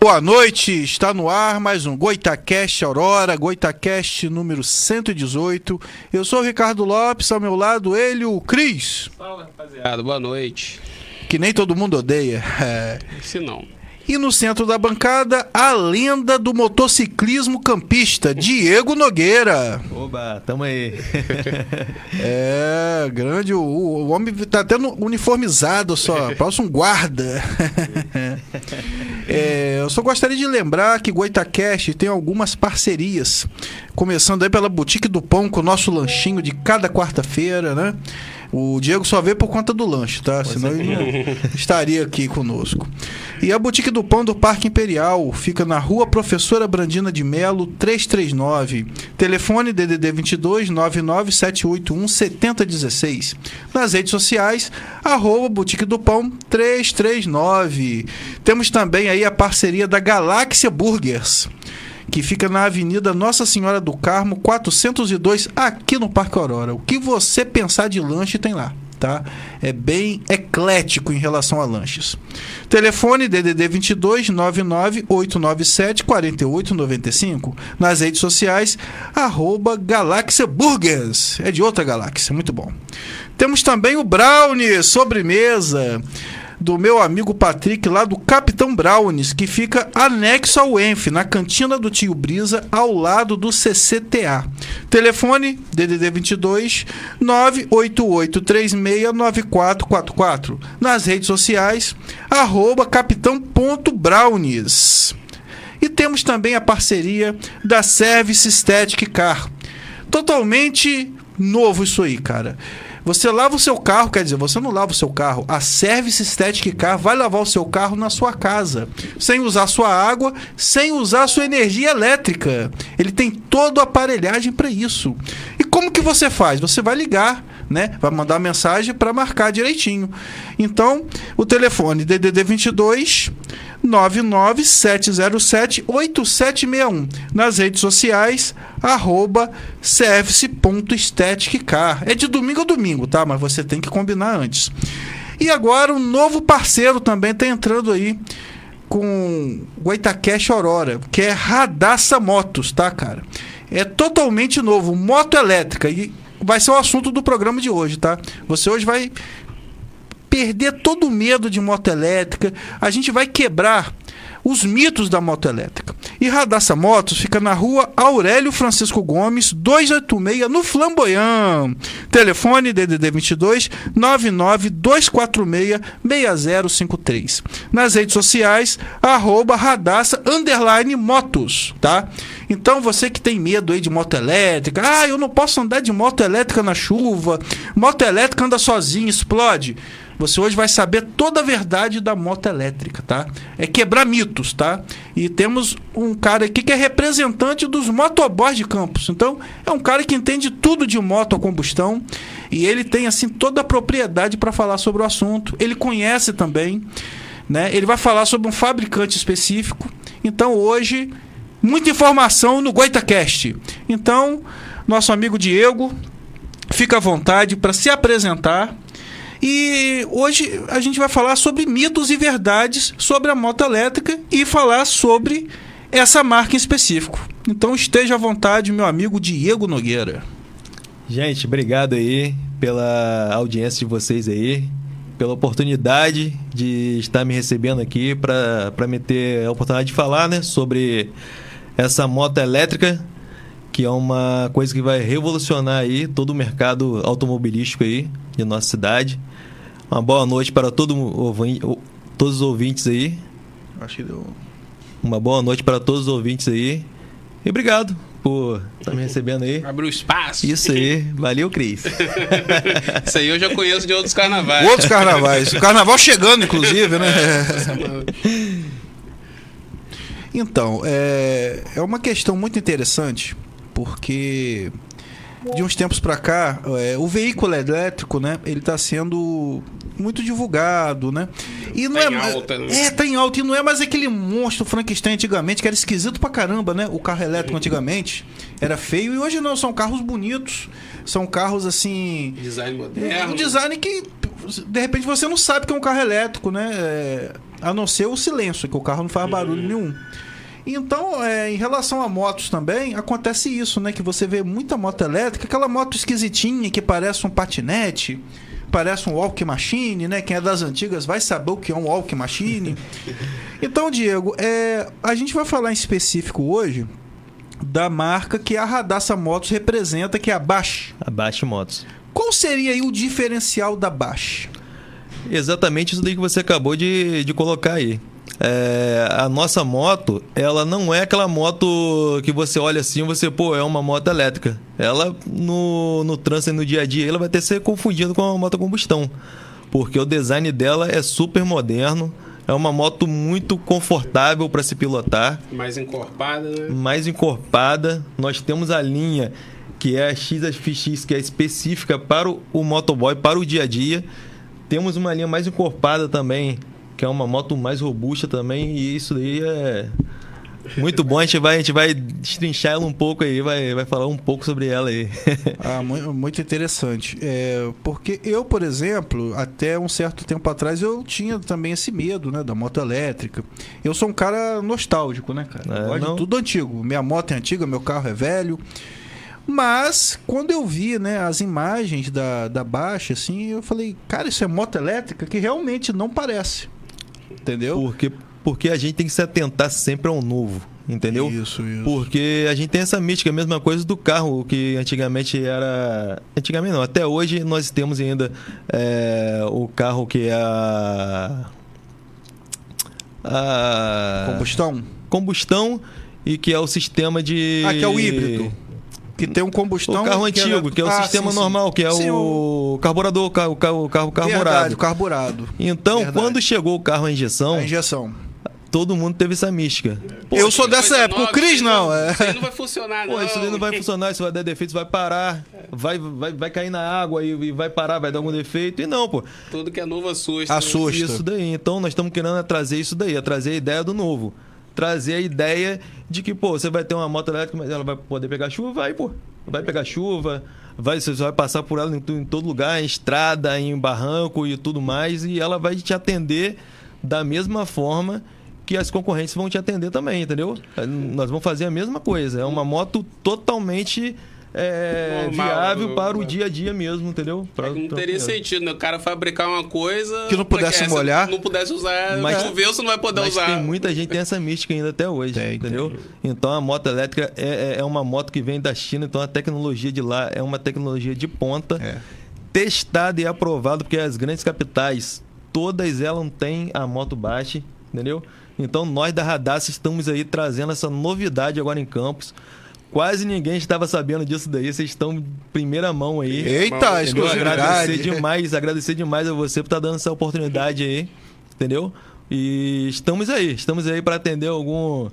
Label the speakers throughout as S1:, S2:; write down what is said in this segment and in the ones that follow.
S1: Boa noite, está no ar mais um Goitacast Aurora, Goitacast número 118. Eu sou o Ricardo Lopes, ao meu lado ele, o Cris,
S2: Fala, rapaziada. Boa noite.
S1: que nem todo mundo odeia. É.
S2: Se não.
S1: E no centro da bancada, a lenda do motociclismo campista, Diego Nogueira.
S3: Oba, tamo aí.
S1: É, grande, o, o homem tá até no- uniformizado só, parece um guarda. É, eu só gostaria de lembrar que Goitacast tem algumas parcerias, começando aí pela Boutique do Pão, com o nosso lanchinho de cada quarta-feira, né? O Diego só vê por conta do lanche, tá? Senão ele não estaria aqui conosco. E a Boutique do Pão do Parque Imperial fica na rua Professora Brandina de Melo, 339. Telefone DDD 22 99781 7016. Nas redes sociais, arroba Boutique do Pão 339. Temos também aí a parceria da Galáxia Burgers. Que fica na Avenida Nossa Senhora do Carmo, 402, aqui no Parque Aurora. O que você pensar de lanche tem lá tá? É bem eclético em relação a lanches. Telefone DDD 22 99 897 4895. Nas redes sociais, arroba Galáxia Burgers. É de outra galáxia, muito bom. Temos também o Brownie, sobremesa. Do meu amigo Patrick, lá do Capitão Brownies, que fica anexo ao ENF, na cantina do Tio Brisa, ao lado do CCTA. Telefone DDD 22 988369444. Nas redes sociais, arroba capitão.brownies. E temos também a parceria da Service Static Car. Totalmente novo isso aí, cara. Você lava o seu carro, quer dizer, você não lava o seu carro. A Service Static Car vai lavar o seu carro na sua casa, sem usar sua água, sem usar sua energia elétrica. Ele tem toda a aparelhagem para isso. E como que você faz? Você vai ligar, né? Vai mandar mensagem para marcar direitinho. Então, o telefone DDD 22 997078761. Nas redes sociais, arroba service.esteticcar. É de domingo a domingo, tá? Mas você tem que combinar antes. E agora um novo parceiro também tá entrando aí com Guaitacash Aurora, que é Radassa Motos, tá, cara? É totalmente novo, moto elétrica. E vai ser o assunto do programa de hoje, tá? Você hoje vai perder todo o medo de moto elétrica, a gente vai quebrar os mitos da moto elétrica. E Radassa Motos fica na rua Aurélio Francisco Gomes, 286, no Flamboyant. Telefone DDD 22 99246 6053. Nas redes sociais, arroba Radassa underline motos, tá? Então você que tem medo aí de moto elétrica, ah, eu não posso andar de moto elétrica na chuva, moto elétrica anda sozinha, explode. Você hoje vai saber toda a verdade da moto elétrica, tá? É quebrar mitos, tá? E temos um cara aqui que é representante dos motoboys de Campos. Então, é um cara que entende tudo de moto a combustão e ele tem assim toda a propriedade para falar sobre o assunto. Ele conhece também, né? Ele vai falar sobre um fabricante específico. Então, hoje muita informação no Goitacast. Então, nosso amigo Diego, fica à vontade para se apresentar. E hoje a gente vai falar sobre mitos e verdades sobre a moto elétrica e falar sobre essa marca em específico. Então esteja à vontade, meu amigo Diego Nogueira.
S3: Gente, obrigado aí pela audiência de vocês aí, pela oportunidade de estar me recebendo aqui para pra me ter a oportunidade de falar, né, sobre essa moto elétrica, que é uma coisa que vai revolucionar aí todo o mercado automobilístico aí de nossa cidade. Uma boa noite para todo mu- ouvin- o- todos os ouvintes aí.
S1: Acho que deu.
S3: Uma boa noite para todos os ouvintes aí. E obrigado por estar me recebendo aí.
S2: Abriu espaço.
S3: Isso aí. Valeu, Cris.
S2: Isso aí eu já conheço de outros carnavais.
S1: Outros carnavais. O carnaval chegando, inclusive, né? Então, é, é uma questão muito interessante, porque de uns tempos para cá, é, o veículo elétrico, né, ele tá sendo muito divulgado, né? E não
S2: Tá
S1: é,
S2: em
S1: mais-
S2: alta, né?
S1: é, tá em alta e não é mais aquele monstro Frankenstein antigamente que era esquisito pra caramba, né? O carro elétrico antigamente era feio e hoje não, são carros bonitos, são carros assim,
S2: Design
S1: é,
S2: moderno.
S1: um design que de repente você não sabe que é um carro elétrico, né? É, A não ser o silêncio, que o carro não faz barulho nenhum. Então, é, em relação a motos também, acontece isso, né? Que você vê muita moto elétrica, aquela moto esquisitinha que parece um patinete, parece um walk machine, né? Quem é das antigas vai saber o que é um walk machine. então, Diego, é, a gente vai falar em específico hoje da marca que a Radassa Motos representa, que é a Bash.
S3: Abaixo motos.
S1: Qual seria aí o diferencial da Bash?
S3: Exatamente isso daí que você acabou de, de colocar aí. É, a nossa moto, ela não é aquela moto que você olha assim e você, pô, é uma moto elétrica. Ela, no, no trânsito e no dia a dia, ela vai ter que ser confundida com uma moto a combustão. Porque o design dela é super moderno, é uma moto muito confortável para se pilotar
S2: Mais encorpada, né?
S3: mais encorpada. Nós temos a linha que é a XFX, que é específica para o, o motoboy, para o dia a dia. Temos uma linha mais encorpada também, que é uma moto mais robusta também, e isso daí é muito bom. A gente vai, a gente vai destrinchar ela um pouco aí, vai, vai falar um pouco sobre ela aí.
S1: Ah, mu- muito interessante. É, porque eu, por exemplo, até um certo tempo atrás eu tinha também esse medo, né, da moto elétrica. Eu sou um cara nostálgico, né, cara?
S3: É,
S1: Eu Gosto
S3: não-
S1: de tudo antigo. Minha moto é antiga, meu carro é velho. Mas quando eu vi, né, as imagens da, da baixa, assim, eu falei, cara, isso é moto elétrica que realmente não parece. Entendeu?
S3: Porque, porque a gente tem que se atentar sempre ao novo, entendeu?
S1: Isso, isso.
S3: Porque a gente tem essa mística, a mesma coisa do carro, que antigamente era. Antigamente não, até hoje nós temos ainda é, o carro que é a. a-
S1: Combustão?
S3: Combustão e que é o sistema de.
S1: Ah, que é o híbrido. Que tem um
S3: O
S1: combustão.
S3: carro
S1: que
S3: antigo, que é o
S1: Ah,
S3: sistema
S1: sim, sim.
S3: normal, que é
S1: Sim,
S3: o carburador, o carro, o carro, o carro carburado.
S1: Verdade, o carburado.
S3: Então,
S1: Verdade.
S3: quando chegou o carro à injeção,
S1: A injeção.
S3: todo mundo teve essa mística.
S1: eu sou dessa época, o Cris
S2: né?
S1: não. é.
S2: Isso aí não vai funcionar,
S3: Pô,
S2: não.
S3: isso daí não vai funcionar, isso vai dar defeito, isso vai parar, vai, vai, vai cair na água e, e vai parar, vai dar algum defeito. E não, pô.
S2: Tudo que é novo assusta.
S1: Assusta. Poxa.
S3: Isso daí. Então nós estamos querendo é trazer isso daí, é trazer a ideia do novo. Trazer a ideia de que, pô, você vai ter uma moto elétrica, mas ela vai poder pegar chuva, vai, pô. Vai pegar chuva, vai, você vai passar por ela em, tu- em todo lugar, em estrada, em barranco e tudo mais, e ela vai te atender da mesma forma que as concorrentes vão te atender também, entendeu? É, Nós vamos fazer a mesma coisa. É uma moto totalmente é,
S2: Normal,
S3: viável
S2: né? É
S3: para o dia a dia mesmo, entendeu? Pra-
S2: Não
S3: pra-
S2: teria sentido, né? O cara fabricar uma coisa.
S1: Que não
S2: pra
S1: pudesse
S2: é, se
S1: molhar.
S2: Não pudesse usar.
S3: Mas-
S2: Choveu, você não vai poder
S3: Mas
S2: usar.
S3: tem muita gente que tem essa mística ainda até hoje,
S1: Tem,
S3: entendeu? Então a moto elétrica é, é- é uma moto que vem da China, então a tecnologia de lá é uma tecnologia de ponta,
S1: É.
S3: testada e aprovada, porque as grandes capitais, todas elas têm a moto baixa, entendeu? Então nós da Radassa estamos aí trazendo essa novidade agora em Campos. Quase ninguém estava sabendo disso daí, vocês estão em primeira mão aí.
S1: Eita,
S3: Entendeu? Agradecer
S1: exclusividade.
S3: demais, agradecer demais a você por estar dando essa oportunidade aí, entendeu? E estamos aí, estamos aí para atender algum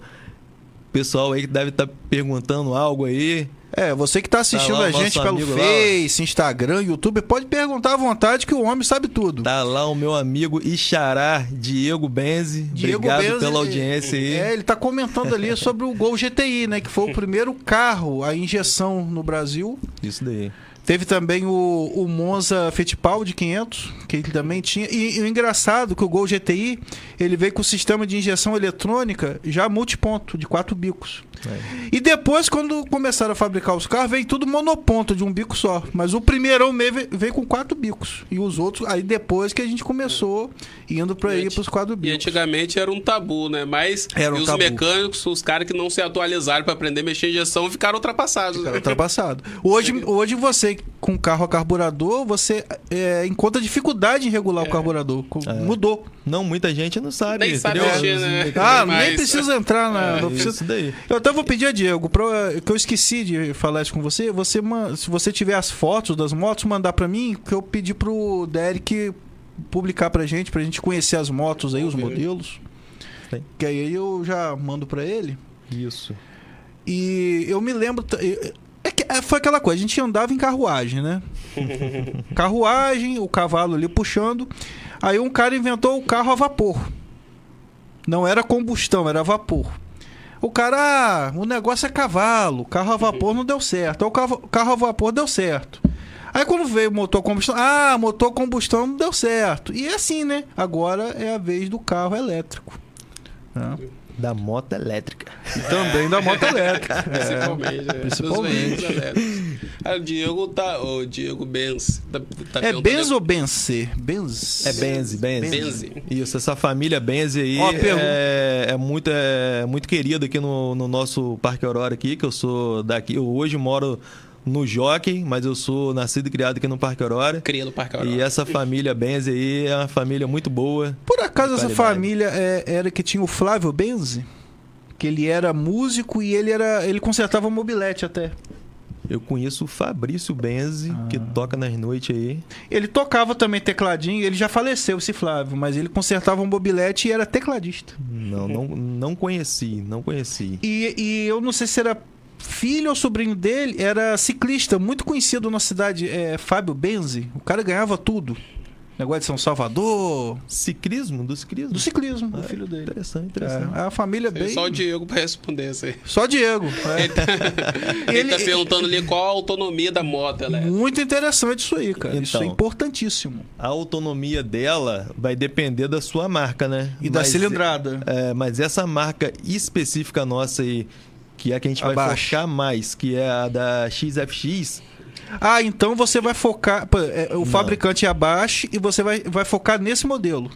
S3: pessoal aí que deve estar perguntando algo aí.
S1: É, você que tá assistindo
S3: Tá lá o
S1: a gente
S3: nosso
S1: pelo
S3: amigo lá, ó.
S1: Face, Instagram, YouTube, pode perguntar à vontade que o homem sabe tudo.
S3: Tá lá o meu amigo Ixará, Diego Benzi. Obrigado
S1: Benz,
S3: pela
S1: ele-
S3: audiência aí.
S1: É, ele tá comentando ali sobre o Gol GTI, né? Que foi o primeiro carro a injeção no Brasil.
S3: Isso daí.
S1: Teve também o, o Monza Fittipaldi 500, que ele também tinha. E, e o engraçado é que o Gol GTI, ele veio com o sistema de injeção eletrônica já multiponto, de quatro bicos.
S3: É.
S1: E depois, quando começaram a fabricar os carros, veio tudo monoponto, de um bico só. Mas o primeiro meio ve- veio com quatro bicos. E os outros, aí depois que a gente começou indo para
S2: E
S1: aí
S2: anti-
S1: para os quatro
S2: E
S1: bicos.
S2: antigamente era um tabu, né? Mas
S1: Era um
S2: e os
S1: tabu.
S2: mecânicos, os caras que não se atualizaram pra aprender a mexer em injeção, ficaram ultrapassados. né?
S1: Cara, ultrapassado. Hoje, hoje você, com carro a carburador, você é, encontra dificuldade em regular o
S2: É.
S1: carburador. Co- Mudou.
S3: Não, muita gente não sabe.
S2: Nem sabe
S3: entendeu?
S2: mexer, né?
S1: Ah,
S2: Mas-
S1: nem precisa entrar na.
S3: É,
S1: não precisa-
S3: Isso daí.
S1: Eu até vou pedir a Diego, pra, que eu esqueci de falar isso com você. você man- se você tiver as fotos das motos, mandar pra mim, que eu pedi pro Derek publicar pra gente, pra gente conhecer as motos aí, os modelos.
S3: Tem.
S1: Que aí eu já mando pra ele.
S3: Isso.
S1: E eu me lembro. t- eu- é que- é, foi aquela coisa, a gente andava em carruagem, né? carruagem, o cavalo ali puxando. Aí um cara inventou o carro a vapor. Não era combustão, era vapor. O cara, ah, o negócio é cavalo, carro a vapor não deu certo. Aí o cavo- carro a vapor deu certo. Aí quando veio o motor combustão, ah, motor combustão não deu certo. E é assim, né? Agora é a vez do carro elétrico. né?
S3: Da moto elétrica.
S1: E também da moto elétrica.
S2: Principalmente. É.
S1: Principalmente.
S2: Dos veículos elétricos. Ah, o Diego tá. O Diego Benz. Tá, tá
S1: É
S2: perguntando-
S1: Benz ou Benz? Benz.
S3: É Benze, Benze.
S2: Benze.
S3: Isso, essa família Benze aí
S1: Ó, pergun-
S3: é, é muito, é muito querida aqui no, no nosso Parque Aurora aqui, que eu sou daqui. Eu hoje moro no Jockey, mas eu sou nascido e criado aqui no Parque Aurora.
S2: Cria no Parque
S3: E é
S2: Aurora.
S3: essa família Benze aí é uma família muito boa.
S1: Por acaso essa
S3: Qualidade.
S1: família é, era que tinha o Flávio Benzi? Que ele era músico e ele era. ele consertava mobilete até.
S3: Eu conheço o Fabrício Benze, que toca nas noites aí.
S1: Ele tocava também tecladinho, ele já faleceu esse Flávio, mas ele consertava um mobilete e era tecladista.
S3: Não, não, não conheci, não conheci.
S1: E, e eu não sei se era filho ou sobrinho dele, era ciclista, muito conhecido na cidade, é, Fábio Benzi. O cara ganhava tudo. Negócio de São Salvador,
S3: Ciclismo? Do ciclismo?
S1: do ciclismo,
S3: Ah,
S1: o filho dele.
S3: Interessante, interessante.
S1: É, a família
S2: Tem
S1: bem...
S2: Só o Diego pra responder isso aí.
S1: Só Diego. é.
S2: Ele,
S1: Ele-
S2: tá
S3: é-
S2: perguntando ali qual a autonomia da moto né? elétrica.
S1: Muito interessante isso aí, cara. isso é
S3: Então.
S1: importantíssimo.
S3: A autonomia dela vai depender da sua marca, né?
S1: E da
S3: Mas-
S1: cilindrada.
S3: É, mas essa marca específica nossa aí, que é a que a gente vai
S1: Abaixo.
S3: focar mais, que é a da XFX,
S1: Ah, então você vai focar. pô, é, o fabricante abaixa e você vai, vai focar nesse modelo.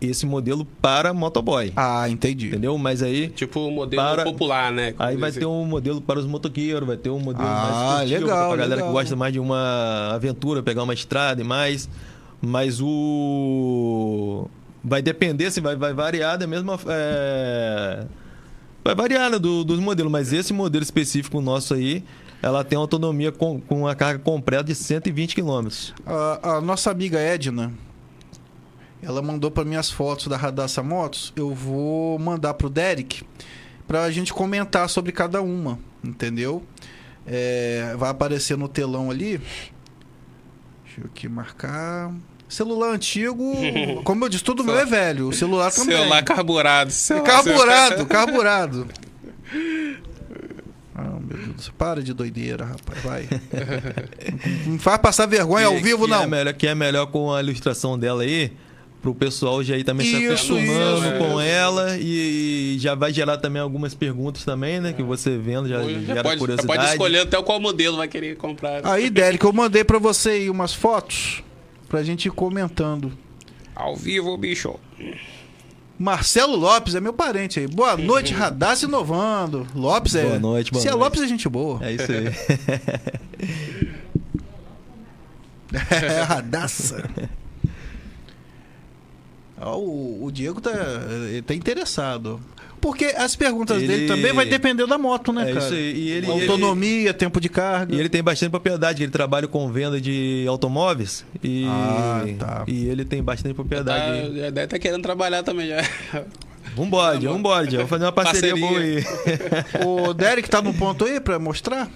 S3: esse modelo para motoboy.
S1: Ah, entendi.
S3: Entendeu? Mas aí.
S2: Tipo o modelo
S3: Para-
S2: popular, né?
S3: Aí vai ter um modelo para os motoqueiros, vai ter um modelo
S1: Ah,
S3: mais esportivo,
S1: legal,
S3: pra galera
S1: legal.
S3: que gosta mais de uma aventura, pegar uma estrada e mais. Mas o. Vai depender, se vai, vai variar da mesma. é, Vai variar né, do- dos modelos, mas esse modelo específico nosso aí, ela tem autonomia com, com uma carga completa de 120 km.
S1: A, a nossa amiga Edna, ela mandou para mim as fotos da Radassa Motos. Eu vou mandar pro Derek para a gente comentar sobre cada uma, entendeu? É, vai aparecer no telão ali. Deixa eu aqui marcar. Celular antigo, como eu disse, tudo meu é velho. O celular também.
S2: Celular carburado.
S1: É
S2: celular-
S1: carburado, carburado. Ah, meu Deus, para de doideira, rapaz, vai. Não faz passar vergonha ao
S3: Que-
S1: vivo,
S3: que
S1: não.
S3: É melhor, que é melhor com a ilustração dela aí, pro pessoal já ir também
S1: Isso,
S3: se acostumando
S2: isso.
S3: com ela e, e já vai gerar também algumas perguntas também, né? Que você vendo já,
S2: Já
S3: gera
S2: pode, já
S3: curiosidade.
S2: pode escolher até qual modelo vai querer comprar.
S1: Aí, Derek, eu mandei pra você aí umas fotos pra gente ir comentando.
S2: Ao vivo, bicho.
S1: Marcelo Lopes é meu parente aí. Boa noite,
S3: Uhum.
S1: Radassa Inovando. Lopes é.
S3: Boa noite, boa
S1: Se é
S3: noite.
S1: Lopes, é gente boa.
S3: É isso aí.
S1: É, Radassa. Ó, o, o Diego tá, ele tá interessado. Porque as perguntas dele
S3: Ele-
S1: também vai depender da moto, né,
S3: É
S1: cara?
S3: isso aí. E ele-
S1: Autonomia, tempo de carga.
S3: E ele tem bastante propriedade, ele trabalha com venda de automóveis e,
S1: Ah, tá.
S3: e ele tem bastante
S2: Tá,
S3: propriedade.
S2: já deve estar querendo trabalhar também já.
S3: Vambora, Diego, vambora, Diego. Vou fazer uma parceria,
S2: Parceria.
S3: boa aí.
S1: O Derek tá no ponto aí pra mostrar?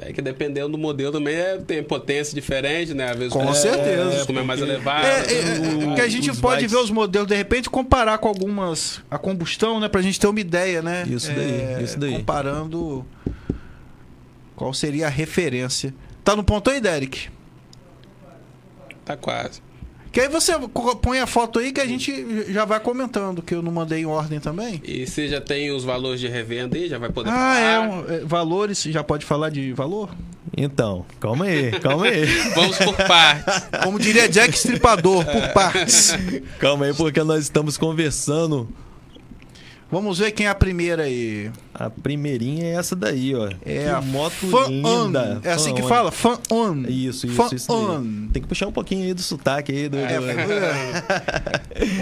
S2: É que dependendo do modelo também é, tem potência diferente, né? Às vezes
S1: Com
S2: o
S1: certeza.
S2: Como é mais
S3: porque-
S2: elevado.
S1: É,
S2: às vezes
S1: é, é,
S2: o-
S1: que a gente
S3: os
S1: pode
S3: bikes.
S1: ver os modelos, de repente, comparar com algumas. a combustão, né? Pra gente ter uma ideia, né?
S3: Isso daí, isso daí.
S1: Comparando qual seria a referência. Tá no ponto aí, Derek?
S2: Tá quase.
S1: Que aí você co- põe a foto aí que a gente já vai comentando, que eu não mandei em ordem também.
S2: E você já tem os valores de revenda aí? Já vai poder
S1: Ah,
S2: falar?
S1: é, um- é, Valores, já pode falar de valor?
S3: Então, calma aí, calma aí.
S2: Vamos por partes.
S1: Como diria Jack Stripador, por partes.
S3: calma aí, porque nós estamos conversando.
S1: Vamos ver quem é a primeira aí.
S3: A primeirinha é essa daí, ó.
S1: É
S3: que
S1: a
S3: moto
S1: Fan
S3: linda.
S1: On. É assim que
S3: Fan-on.
S1: fala? Fan On.
S3: Isso, isso,
S1: Fan
S3: isso. daí.
S1: On.
S3: Tem que puxar um pouquinho aí do sotaque aí do. do-
S1: É,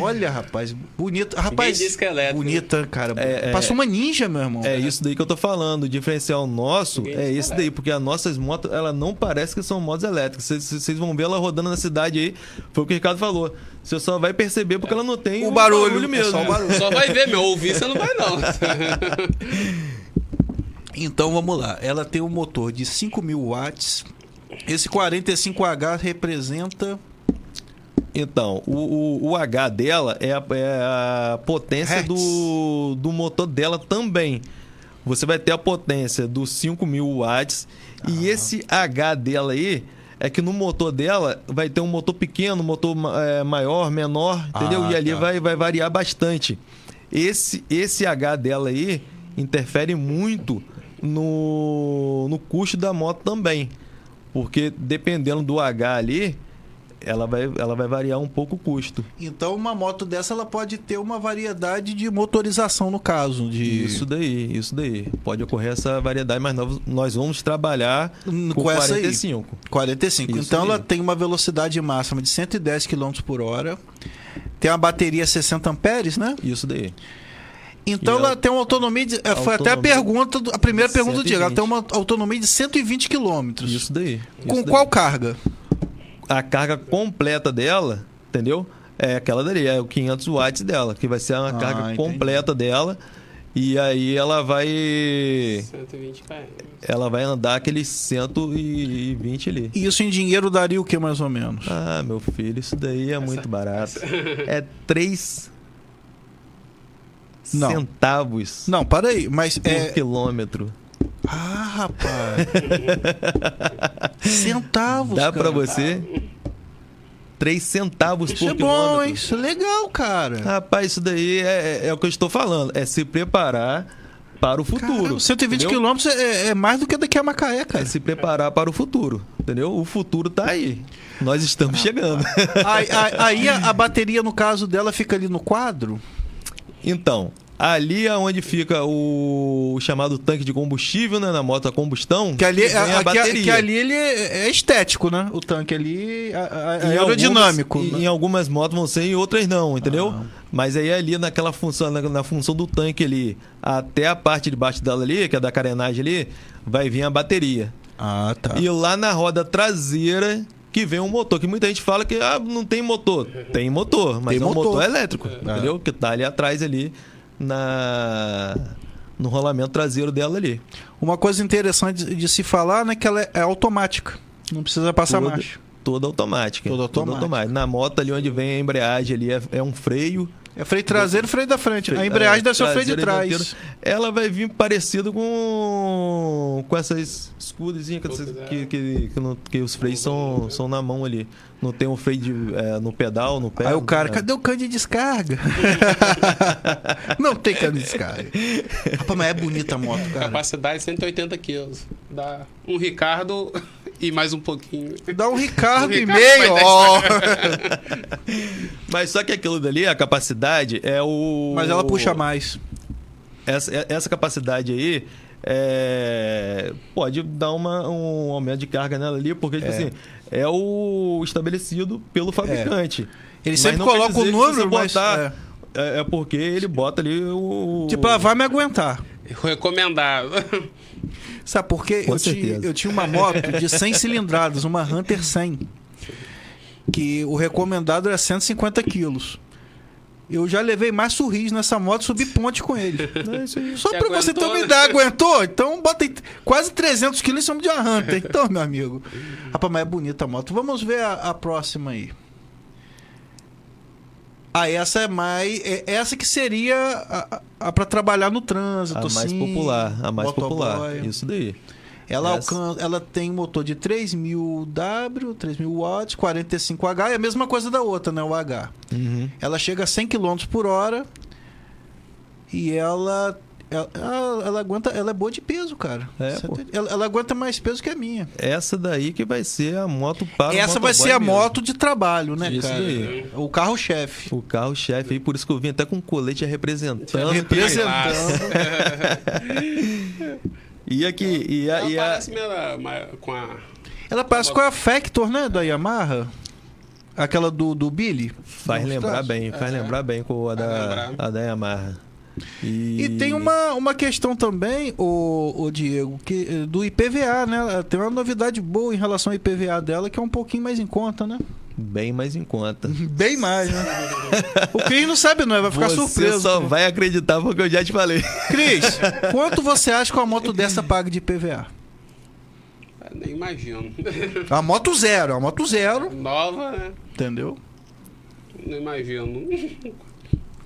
S1: Olha, rapaz, bonita. Rapaz,
S2: disse que é elétrica.
S1: bonita, cara.
S3: É, é.
S1: Passou uma ninja, meu irmão.
S3: É isso daí que eu tô falando. O diferencial nosso
S2: Ninguém
S3: é esse
S2: descarrega.
S3: daí, porque as nossas motos, ela não parece que são motos elétricas. Vocês- Vocês vão ver ela rodando na cidade aí. Foi o que o Ricardo falou. Você só vai perceber porque ela não tem um
S1: O barulho, é
S3: mesmo.
S1: só o barulho.
S2: Só vai ver, meu. Ouvir você não vai, não.
S1: Então vamos lá. Ela tem um motor de 5000 watts. Esse 45H representa
S3: Então, o, o- o H dela é a, é a potência
S1: Hertz.
S3: do, do motor dela também. Você vai ter a potência dos 5.000 watts. E esse H dela aí é que no motor dela vai ter um motor pequeno, um motor ma- é, maior, menor,
S4: Ah,
S3: entendeu? E ali
S4: tá.
S3: vai, vai variar bastante. Esse, esse H dela aí interfere muito no, no custo da moto também. Porque dependendo do H ali, ela vai, ela vai variar um pouco o custo.
S1: Então, uma moto dessa ela pode ter uma variedade de motorização, no caso. De...
S3: Isso daí, isso daí. Pode ocorrer essa variedade, mas nós, nós vamos trabalhar
S1: Hum,
S3: com,
S1: com essa aí.
S3: 45.
S1: 45.
S3: Isso
S1: então ela
S3: aí.
S1: tem uma velocidade máxima de 110 km por hora. Tem uma bateria 60 amperes, né?
S3: Isso daí.
S1: Então
S3: E
S1: ela
S3: ela-
S1: tem uma autonomia de, eh, Foi até a
S3: Autonomia-
S1: pergunta, do- a primeira pergunta do Diego. Ela
S3: 120.
S1: tem uma autonomia de 120 km.
S3: Isso daí. isso
S1: Com
S3: daí.
S1: qual carga?
S3: A carga completa dela, entendeu? É aquela dali, é o 500 watts dela, que vai ser a
S1: Ah,
S3: carga
S1: entendi.
S3: completa dela. E aí ela vai
S2: 120 km.
S3: ela vai andar aqueles 120 ali.
S1: E Isso em dinheiro daria o que mais ou menos?
S3: Ah, meu filho, isso daí é muito barato. É 3
S1: Não.
S3: centavos
S1: Não, para aí, mas
S3: por
S1: é.
S3: quilômetro.
S1: Ah, rapaz! Centavos.
S3: Dá pra
S1: cara.
S3: você 3 centavos
S1: Isso
S3: por
S1: é
S3: quilômetro. Tá
S1: bom, hein? Isso é legal, cara.
S3: Rapaz, isso daí é, é- é o que eu estou falando. É se preparar para o futuro.
S1: Caramba, 120
S3: entendeu?
S1: quilômetros é, é mais do que daqui a Macaé,
S3: É
S1: cara.
S3: se preparar para o futuro, entendeu? O futuro tá aí. Nós estamos chegando.
S1: aí aí- aí a, a bateria, no caso dela, fica ali no quadro.
S3: então, ali é onde fica o, o chamado tanque de combustível, né? Na moto a combustão.
S1: Que ali, é
S3: vem
S1: a- a- que-
S3: bateria.
S1: que ali ele é é estético, né? O tanque ali a- a-
S3: Em
S1: é aerodinâmico.
S3: algumas-
S1: né? Ah.
S3: Em, em algumas motos vão ser, em outras não, entendeu? Mas aí é ali naquela função, na, na função do tanque ali, até a parte de baixo dela ali, que é da carenagem ali, vai vir a bateria.
S1: Ah, tá.
S3: E lá na roda traseira que vem um motor, que muita gente fala que ah, não tem motor. Tem motor, mas
S1: Tem
S3: é um
S1: motor. É.
S3: motor elétrico, entendeu? Que tá ali atrás ali na no rolamento traseiro dela ali.
S1: Uma coisa interessante de, de se falar, né, que ela é, é automática. Não precisa passar
S3: Toda-
S1: marcha.
S3: Toda automática.
S1: Toda automática.
S3: Na moto ali onde vem a embreagem ali é, é um freio.
S1: É freio traseiro, freio da frente. A embreagem deve ser o freio de
S3: é, Traseiro e
S1: trás.
S3: dianteiro. Ela vai vir parecido com com essas escudezinhas que,
S1: é.
S3: que, que, que, não- que os freios são, são na mão ali. Não tem um freio de, é, no pedal, no pé.
S1: Aí o cara,
S3: é.
S1: cadê o cano de descarga? não tem cano de descarga. Rapaz, mas é bonita a moto, cara.
S2: Capacidade 180 quilos. Dá um Ricardo e mais um pouquinho.
S1: Dá um Ricardo,
S2: Um
S1: e
S2: Ricardo
S1: meio,
S2: vai dar
S1: ó.
S3: Mas só que aquilo dali, a capacidade é o.
S1: Mas ela puxa mais.
S3: Essa, é, essa capacidade aí é, pode dar uma, um aumento de carga nela ali, porque, tipo assim, é o estabelecido pelo fabricante.
S1: É. Ele
S3: Mas
S1: sempre
S3: não quer
S1: coloca o
S3: dizer que
S1: número,
S3: se
S1: mas,
S3: botar, é. é porque ele bota ali o.
S1: Tipo, ela vai me aguentar.
S2: Eu recomendar.
S1: Sabe por quê?
S3: Com
S1: Eu, ti-
S3: certeza.
S1: eu tinha uma moto de 100 cilindradas, uma Hunter 100, que o recomendado era 150 quilos. Eu já levei mais sorriso nessa moto, subi ponte com ele.
S3: É isso aí.
S1: Só
S2: Você
S1: pra você ter
S2: aguentou,
S1: uma
S2: né?
S1: ideia, aguentou? Então bota aí quase 300 quilos em cima de uma Hunter. Então, meu amigo. Rapaz, mas é bonita a moto. Vamos ver a, a próxima aí. Ah, essa é mais. é- essa que seria a, a, a pra trabalhar no trânsito,
S3: A mais
S1: assim,
S3: popular, a mais popular.
S1: motoboy.
S3: Isso daí.
S1: Ela,
S3: Essa.
S1: alcança, ela tem um motor de 3000 W, 3000 watts, 45 H, é a mesma coisa da outra, né? O H.
S3: Uhum.
S1: Ela chega a 100 km por hora e ela. Ela, ela- ela aguenta, ela é boa de peso, cara.
S3: É,
S1: Cento-
S3: pô.
S1: ela, ela aguenta mais peso que a minha.
S3: Essa daí que vai ser a moto para o
S1: Essa vai
S3: motoboy
S1: ser a
S3: mesmo.
S1: moto de trabalho, né,
S3: Isso
S1: cara?
S3: daí.
S1: O carro-chefe.
S3: O carro-chefe aí, por isso que eu vim até com um colete representando.
S1: Representando.
S3: E aqui, e a,
S2: Ela
S3: e a,
S2: parece mesmo a- ma- com a.
S1: Ela parece com a Factor, né? Da Yamaha. Aquela do, do Billy.
S3: Faz
S1: Não,
S3: lembrar
S1: traz.
S3: bem, faz lembrar bem com a da,
S2: lembrar.
S3: a da Yamaha.
S1: E,
S3: E,
S1: tem uma, uma questão também, o, Diego, que eh, do IPVA, né? Tem uma novidade boa em relação ao IPVA dela, que é um pouquinho mais em conta, né?
S3: Bem mais em conta.
S1: Bem mais, né? o Cris não sabe, não, vai ficar
S3: Você
S1: surpreso. né?
S3: só vai acreditar porque eu já te falei.
S1: Cris, quanto você acha que uma moto dessa paga de IPVA?
S2: Nem imagino.
S1: A moto zero, a moto zero,
S2: Nova, né?
S1: entendeu?
S2: Não imagino.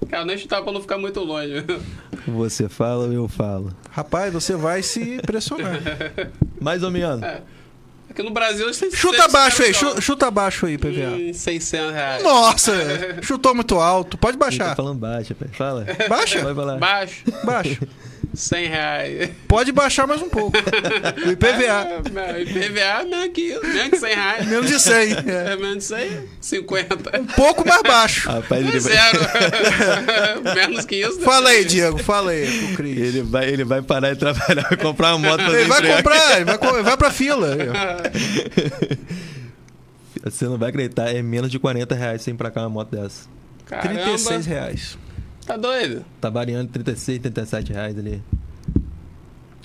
S2: Cara, nem chutar pra não ficar muito longe.
S3: Você fala, eu falo.
S1: Rapaz, você vai se impressionar.
S3: Mais ou menos.
S2: Aqui no Brasil a gente tem
S1: Chuta
S2: 600
S1: abaixo aí,
S2: reais, não.
S1: chu- chuta abaixo aí, PVA.
S2: Hum, 600 reais.
S1: Nossa, velho. chutou muito alto. Pode
S3: Ih, Tá
S1: baixar.
S3: falando baixo, rapaz. Fala.
S1: Baixa,
S3: Vai falar.
S2: Baixo,
S1: baixa.
S2: 100 reais.
S1: Pode baixar mais um pouco. O IPVA,
S2: É, IPVA é menos que isso, menos que 100 reais.
S1: menos de 100. É.
S2: É menos de 100, 50.
S1: Um pouco mais baixo.
S3: Rapaz, ele
S1: é.
S3: vai,
S2: Zero. menos que isso. né?
S1: Fala aí, Diego. Fala aí pro Cris.
S3: ele, vai, ele vai parar de trabalhar, vai comprar uma moto pra
S1: Ele vai
S3: desempregar.
S1: comprar, ele vai, co- vai pra fila. Aí, ó.
S2: Ah,
S3: Você não vai acreditar, é menos de 40 reais sem pra cá uma moto dessa.
S2: Caramba,
S1: 36 reais.
S2: Tá doido?
S3: Tá variando de 36, 37 reais ali.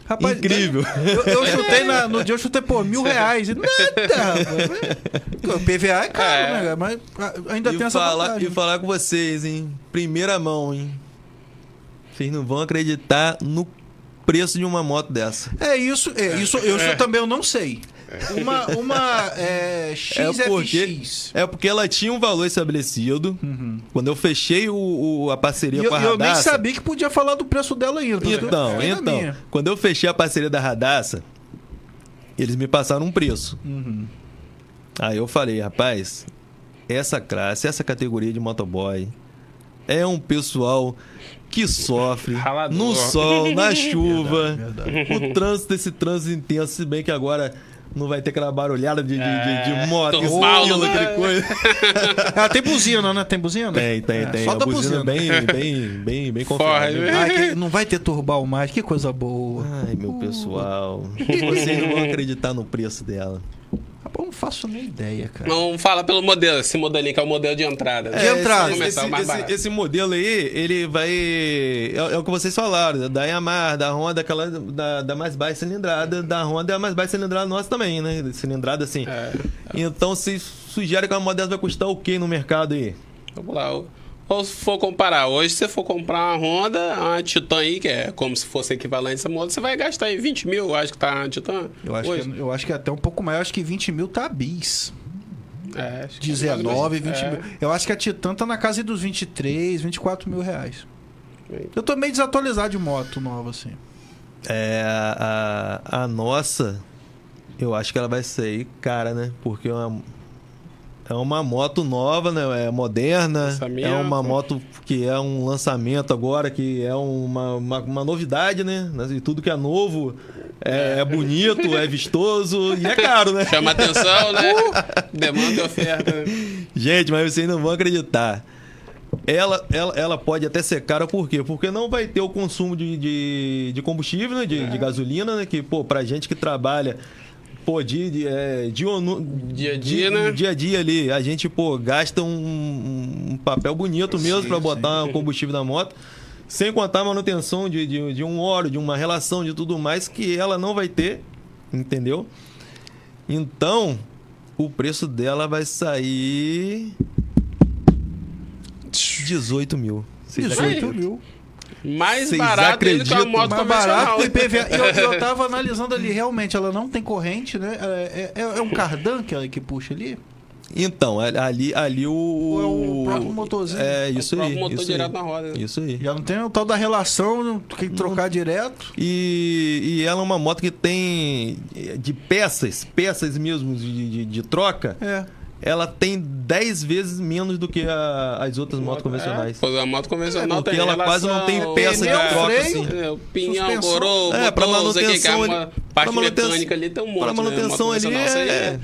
S1: Rapaz,
S3: Incrível.
S1: Eu, eu chutei na- no dia, eu chutei por mil reais. E Nada, rapaz. O PVA é caro,
S2: É.
S1: né, cara? Mas a- ainda
S3: e,
S1: tem essa
S3: falar, e
S1: vantagem.
S3: falar com vocês, hein? Primeira mão, hein? Vocês não vão acreditar no preço de uma moto dessa.
S1: É isso, é isso. Eu isso também eu não sei. Uma, uma é, XFX.
S3: É porque, é porque ela tinha um valor estabelecido. Quando eu fechei o, o- a
S1: E
S3: parceria
S1: eu,
S3: com a
S1: Uhum. e eu nem
S3: Radassa.
S1: sabia que podia falar do preço dela ainda. porque eu-
S3: Então,
S1: é da
S3: então.
S1: minha.
S3: Quando eu fechei a parceria da Radassa, eles me passaram um preço.
S1: Uhum.
S3: Aí eu falei, rapaz, essa classe, essa categoria de motoboy é um pessoal que sofre
S2: Ralador.
S3: no sol, na chuva,
S1: É
S3: o trânsito, esse trânsito intenso, se bem que agora não vai ter aquela barulhada de, de, de, de
S2: É,
S3: moto,
S2: tô
S3: esquilo,
S2: mal, né?
S3: aquele coisa.
S1: Ah, tem buzina, né? Tem buzina?
S3: Tem, tem,
S1: É,
S3: tem.
S1: Só
S3: a
S1: da buzina.
S3: buzina bem, bem, bem, bem
S2: Forra,
S3: confiável.
S2: né?
S1: Ah, que- não vai ter turbal mais, que coisa boa.
S3: Ai, meu pessoal. Vocês não vão acreditar no preço dela.
S1: Rapaz, eu não faço nem ideia, cara.
S2: Não fala pelo modelo, esse modelinho que é o modelo de entrada.
S1: De entrada.
S3: É, Esse, esse,
S2: Começar mais
S3: esse,
S2: barato.
S3: esse modelo aí, ele vai. É, é o que vocês falaram, da Yamaha, da Honda, aquela da, da mais baixa cilindrada. Da Honda é a mais baixa cilindrada nossa também, né? Cilindrada assim.
S2: É.
S3: Então, se sugere que uma modelo vai custar o quê no mercado aí?
S2: Vamos lá. ou- Ou se for comparar, hoje se você for comprar uma Honda, uma Titan aí, que é como se fosse equivalente a essa moto, você vai gastar aí 20 mil, eu acho que tá a Titan.
S1: Eu acho,
S2: hoje.
S1: que, eu acho que é até um pouco mais. Eu acho que 20 mil tá bis.
S2: É, acho que é mais ou
S1: 19,
S2: menos.
S1: 20
S2: É.
S1: mil. Eu acho que a Titan tá na casa dos 23, 24 mil reais. Eu tô meio desatualizado de moto nova, assim.
S3: É, a, a nossa, eu acho que ela vai sair cara, né? Porque é uma, é uma moto nova, né? É moderna.
S2: Lançamento.
S3: É uma moto que é um lançamento agora, que é uma, uma, uma novidade, né? E tudo que é novo é, é bonito, é vistoso e é caro, né?
S2: Chama atenção, né?
S3: Uh!
S2: Demanda e oferta.
S3: Gente, mas vocês não vão acreditar. Ela, ela, ela pode até ser cara, por quê? Porque não vai ter o consumo de, de, de combustível, né? de,
S2: É.
S3: de gasolina, né? Que, pô, pra gente que trabalha, pô, de, de, é, de onu-
S2: Dia a dia, né?
S3: Dia a dia ali, a gente, pô, gasta um, um papel bonito mesmo pra botar o combustível na moto. Sem contar a manutenção de, de, de um óleo, de uma relação, de tudo mais, que ela não vai ter, entendeu? Então, o preço dela vai sair. 18 mil. Vocês
S1: 18
S3: acreditam?
S1: mil.
S2: Mais
S3: Vocês
S2: barato ele que uma
S3: acreditam?
S2: moto
S1: Mais
S2: convencional. É.
S1: barato que IPVA. E Eu, eu tava analisando ali, realmente, ela não tem corrente, né? É, é- é um cardan que, ela- que puxa ali?
S3: Então, ali, ali o.
S1: Ou é o próprio motorzinho?
S3: É, isso
S2: o
S3: aí.
S2: próprio um motor
S3: isso
S2: direto
S3: aí.
S2: na roda, né?
S3: Isso aí.
S1: Já não tem o tal da relação, não tem que trocar direto.
S3: E, e ela é uma moto que tem de peças, peças mesmo de, de- de troca,
S1: É.
S3: ela tem 10 vezes menos do que a- as outras motos
S2: É,
S3: convencionais.
S2: pois a moto convencional
S3: É, porque
S2: tem
S3: ela quase não tem peça
S1: de troca, assim.
S2: É, o pinhão,
S1: Suspensão.
S2: gorô,
S3: É, pra
S2: botão, não sei o que, que a
S3: manutenção
S2: mo-
S3: ali-
S2: parte
S3: pra manutenção-
S2: mecânica ali tem um monte.
S3: pra
S2: né? Moto
S3: manutenção ali
S2: convencional, isso aí
S3: é-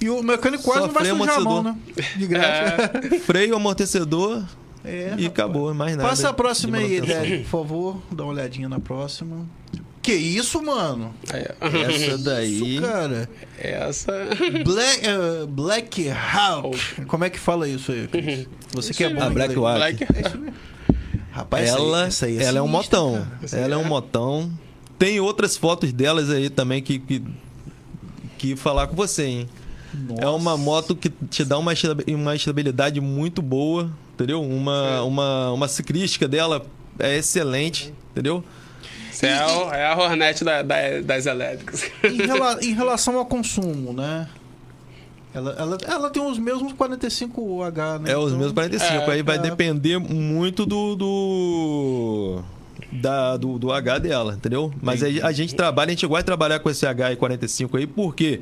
S1: E o mecânico quase não vai
S3: Sofreu
S1: sujar a mão, né? De graça.
S2: é.
S3: é, Freio, amortecedor
S1: É,
S3: e acabou, mais nada.
S1: Passa a próxima
S3: de
S1: aí,
S3: manutenção.
S1: Délio, por favor. Dá uma olhadinha na próxima. Que isso, mano?
S2: Aí,
S3: Essa daí.
S1: Isso, cara.
S2: ó. É, Essa.
S1: Black, eh, Black Hawk. Como é que fala isso aí, Cris?
S3: Uhum.
S1: Você que é bom
S3: A
S1: em
S3: Black
S1: inglês.
S2: Black.
S1: É isso mesmo. Rapaz, essa aí-
S3: Ela,
S1: essa aí
S3: ela é um
S1: sinistra,
S3: motão.
S1: cara.
S3: Ela é um motão. Tem outras fotos delas aí também que, que, que falar com você, hein? É uma moto que te dá uma, estabi- uma estabilidade muito boa, entendeu? Uma, uma, uma ciclística dela é excelente, entendeu?
S2: Essa é, a, é a Hornet da- da- das elétricas.
S1: Em, rela- em relação ao consumo, né? Ela, ela, ela tem os mesmos 45H, né?
S3: É os
S1: Então,
S3: mesmos 45.
S2: é,
S3: aí vai
S1: é.
S3: depender muito do, do. da- do, do H dela, entendeu? Mas a, a gente trabalha, a gente vai trabalhar com esse H45 aí, por quê?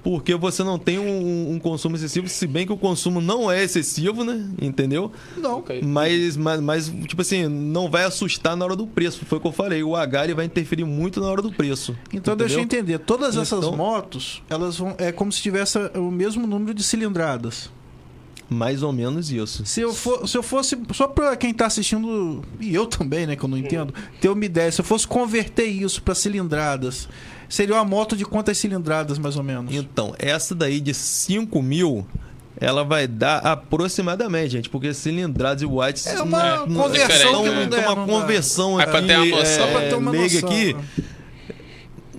S3: Porque você não tem um, um consumo excessivo, se bem que o consumo não é excessivo, né? Entendeu?
S1: Não.
S2: Ok.
S3: Mas, mas, mas, tipo assim, não vai assustar na hora do preço. Foi o que eu falei. O H ele vai interferir muito na hora do preço.
S1: Então deixa eu
S3: entendeu?
S1: entender. Todas essas
S3: Então-
S1: motos, elas vão. É como se tivesse o mesmo número de cilindradas.
S3: Mais ou menos isso.
S1: Se eu, for, se eu fosse, só pra quem tá assistindo, e eu também, né, que eu não entendo, ter uma ideia, se eu fosse converter isso pra cilindradas, seria uma moto de quantas cilindradas, mais ou menos?
S3: Então, essa daí de 5 mil, ela vai dar aproximadamente, gente, porque cilindradas e watts...
S1: É uma
S2: conversão que não
S1: dá,
S3: é uma
S1: não dá.
S3: conversão
S2: É
S3: aqui.
S2: pra ter uma noção.
S1: Só pra
S3: é,
S1: ter uma
S3: leiga
S1: noção.
S3: aqui,
S1: né?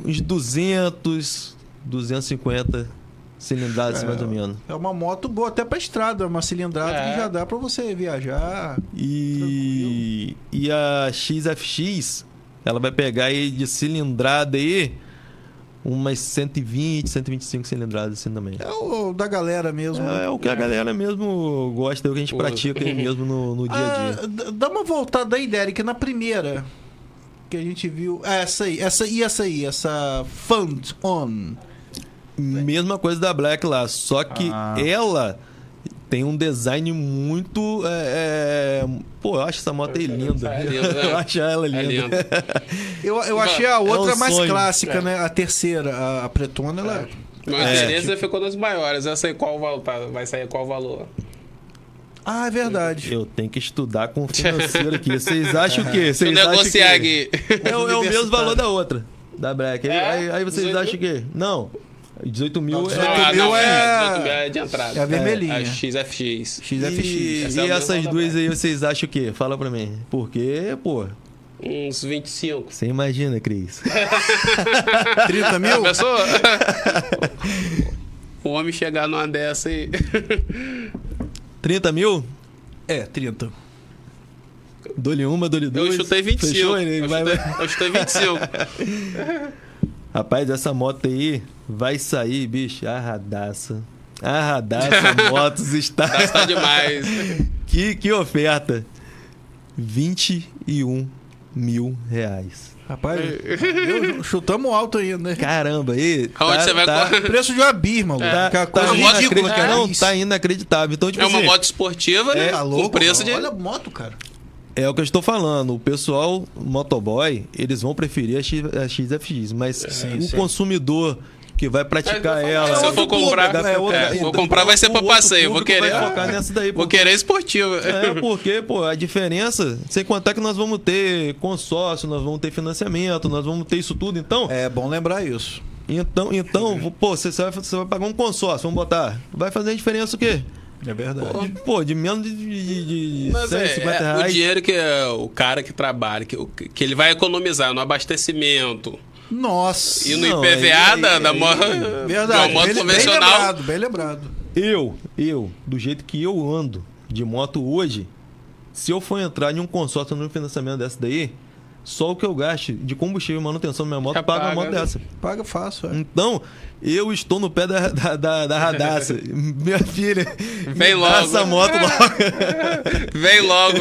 S3: uns 200, 250 cilindradas,
S1: É.
S3: mais ou menos.
S1: É uma moto boa até pra estrada, uma cilindrada
S2: É.
S1: que já dá pra você viajar.
S3: E, e a XFX, ela vai pegar aí de cilindrada aí umas 120, 125 cilindradas assim também.
S1: É o da galera mesmo. né?
S3: É, é o que a galera mesmo gosta, é o que a gente
S2: Usa.
S3: pratica aí mesmo no, no dia a dia.
S1: Ah, d- dá uma voltada aí, Derek, na primeira que a gente viu. Ah, essa aí, essa e essa aí, essa Fund On.
S3: Mesma coisa da Black lá, só que
S1: é. Ah.
S3: ela tem um design muito. é, é, Pô, eu acho essa moto aí linda.
S2: É linda, né?
S3: eu acho ela linda.
S2: É lindo.
S1: Eu, eu achei a
S3: um
S1: outra mais
S3: sonho.
S1: clássica,
S2: É.
S1: né? A terceira, a, a pretona, ela.
S2: Meu
S3: É,
S2: interesse ficou nos maiores. Eu sei qual valor, tá? vai sair qual valor.
S1: Ah, é verdade.
S3: Eu tenho que estudar com o financeiro aqui. Vocês acham o quê?
S2: Se eu
S3: Vocês acham
S2: negociar
S3: que-
S2: aqui.
S3: É, o- é o mesmo
S1: Universitário.
S3: valor da outra, da Black. Aí,
S2: É?
S3: aí- aí vocês
S2: 18
S3: acham que. Não, 18 mil
S1: Não,
S3: é.
S1: 18 mil é-
S2: 18 mil é de entrada.
S1: É a vermelhinha.
S2: A XFX.
S3: E,
S1: XFX.
S2: Essa é a
S3: e
S2: mesma
S3: essas
S2: da
S3: duas
S2: Black.
S3: aí vocês acham o quê? Fala pra mim. Porque, pô,
S2: Uns 25.
S3: você imagina, Cris.
S1: 30 mil?
S2: Pessoa? o homem chegar numa dessa e.
S3: 30 mil?
S1: É, 30.
S3: Dou-lhe uma, dou-lhe
S2: Eu
S3: duas.
S2: chutei 25.
S3: Fechou, ele
S2: eu,
S3: vai-
S2: chutei,
S3: vai-
S2: eu chutei 25.
S3: Rapaz, essa moto aí vai sair, bicho, arradaça. Arradaça, motos está.
S2: Tá, tá demais.
S3: Tipo que, que oferta! 21 mil reais.
S1: Rapaz, eu- chutamos alto ainda, né?
S3: Caramba, aí.
S2: Aonde
S3: tá-
S2: você vai
S3: tá-
S2: correr?
S1: Preço de uma birma, mano.
S3: Tá,
S1: Aquela
S3: tá
S1: coisa ridícula,
S3: inacredi-
S1: cara.
S3: Não, tá inacreditável. Então, tipo
S2: É uma
S3: assim,
S2: moto esportiva, né?
S1: Tá
S2: com preço
S1: mano.
S2: de.
S1: Olha a moto, cara.
S3: é o que eu estou falando. O pessoal motoboy, eles vão preferir a, X, a XFX, mas o
S1: É, sim. consumidor
S3: consumidor que vai praticar
S2: É,
S3: ela.
S2: se eu for
S3: outro público,
S2: comprar-
S3: vai
S1: é,
S3: focar-
S1: outra-
S2: vou comprar, vai ser pra
S3: o outro
S2: passeio, vou
S3: público
S2: querer.
S3: Vai focar nessa daí,
S2: Vou
S3: porque-
S2: querer esportiva.
S3: É, porque, pô, a diferença, sem contar que nós vamos ter consórcio, nós vamos ter financiamento, nós vamos ter isso tudo. Então,
S1: É bom lembrar isso.
S3: então, então pô, você você vai, você vai pagar um consórcio, vamos botar. Vai fazer a diferença o quê?
S1: É verdade.
S3: De- Pô, de menos de, de, de, de
S2: Mas
S3: 100,
S2: é,
S3: 50
S2: é, o
S3: reais.
S2: dinheiro que é, o cara que trabalha, que, o- que ele vai economizar no abastecimento
S1: Nossa.
S2: e no
S3: Não,
S2: IPVA
S3: aí-
S2: da,
S3: aí-
S2: da, mo- da
S1: Verdade.
S2: moto
S1: bem, Bem
S2: convencional.
S1: lembrado, bem lembrado.
S3: Eu, eu, do jeito que eu ando de moto hoje, se eu for entrar em um consórcio num financiamento dessa daí, só o que eu gasto de combustível e manutenção da minha moto
S2: Já
S3: paga uma
S2: paga,
S3: moto
S2: né?
S3: dessa.
S1: Paga fácil, é.
S3: Então, eu estou no pé da, da, da, da radaça. Minha filha,
S2: Vem
S3: me dá
S2: logo.
S3: essa moto logo.
S2: Vem logo.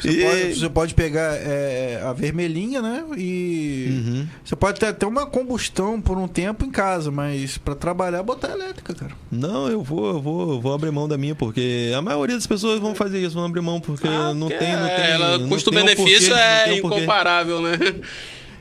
S1: Você,
S3: E-
S1: pode, você pode pegar é, a vermelhinha, né? E você pode ter até uma combustão por um tempo em casa, mas pra trabalhar, botar elétrica, cara.
S3: Não, eu vou, eu vou, eu vou abrir mão da minha, porque a maioria das pessoas vão fazer isso, vão abrir mão, porque
S2: Ah,
S3: não
S2: porque
S3: tem, não tem.
S2: é, ela-
S3: não tem um porquê,
S2: Custo-benefício
S3: não
S2: é
S3: tem um porquê.
S2: incomparável, né?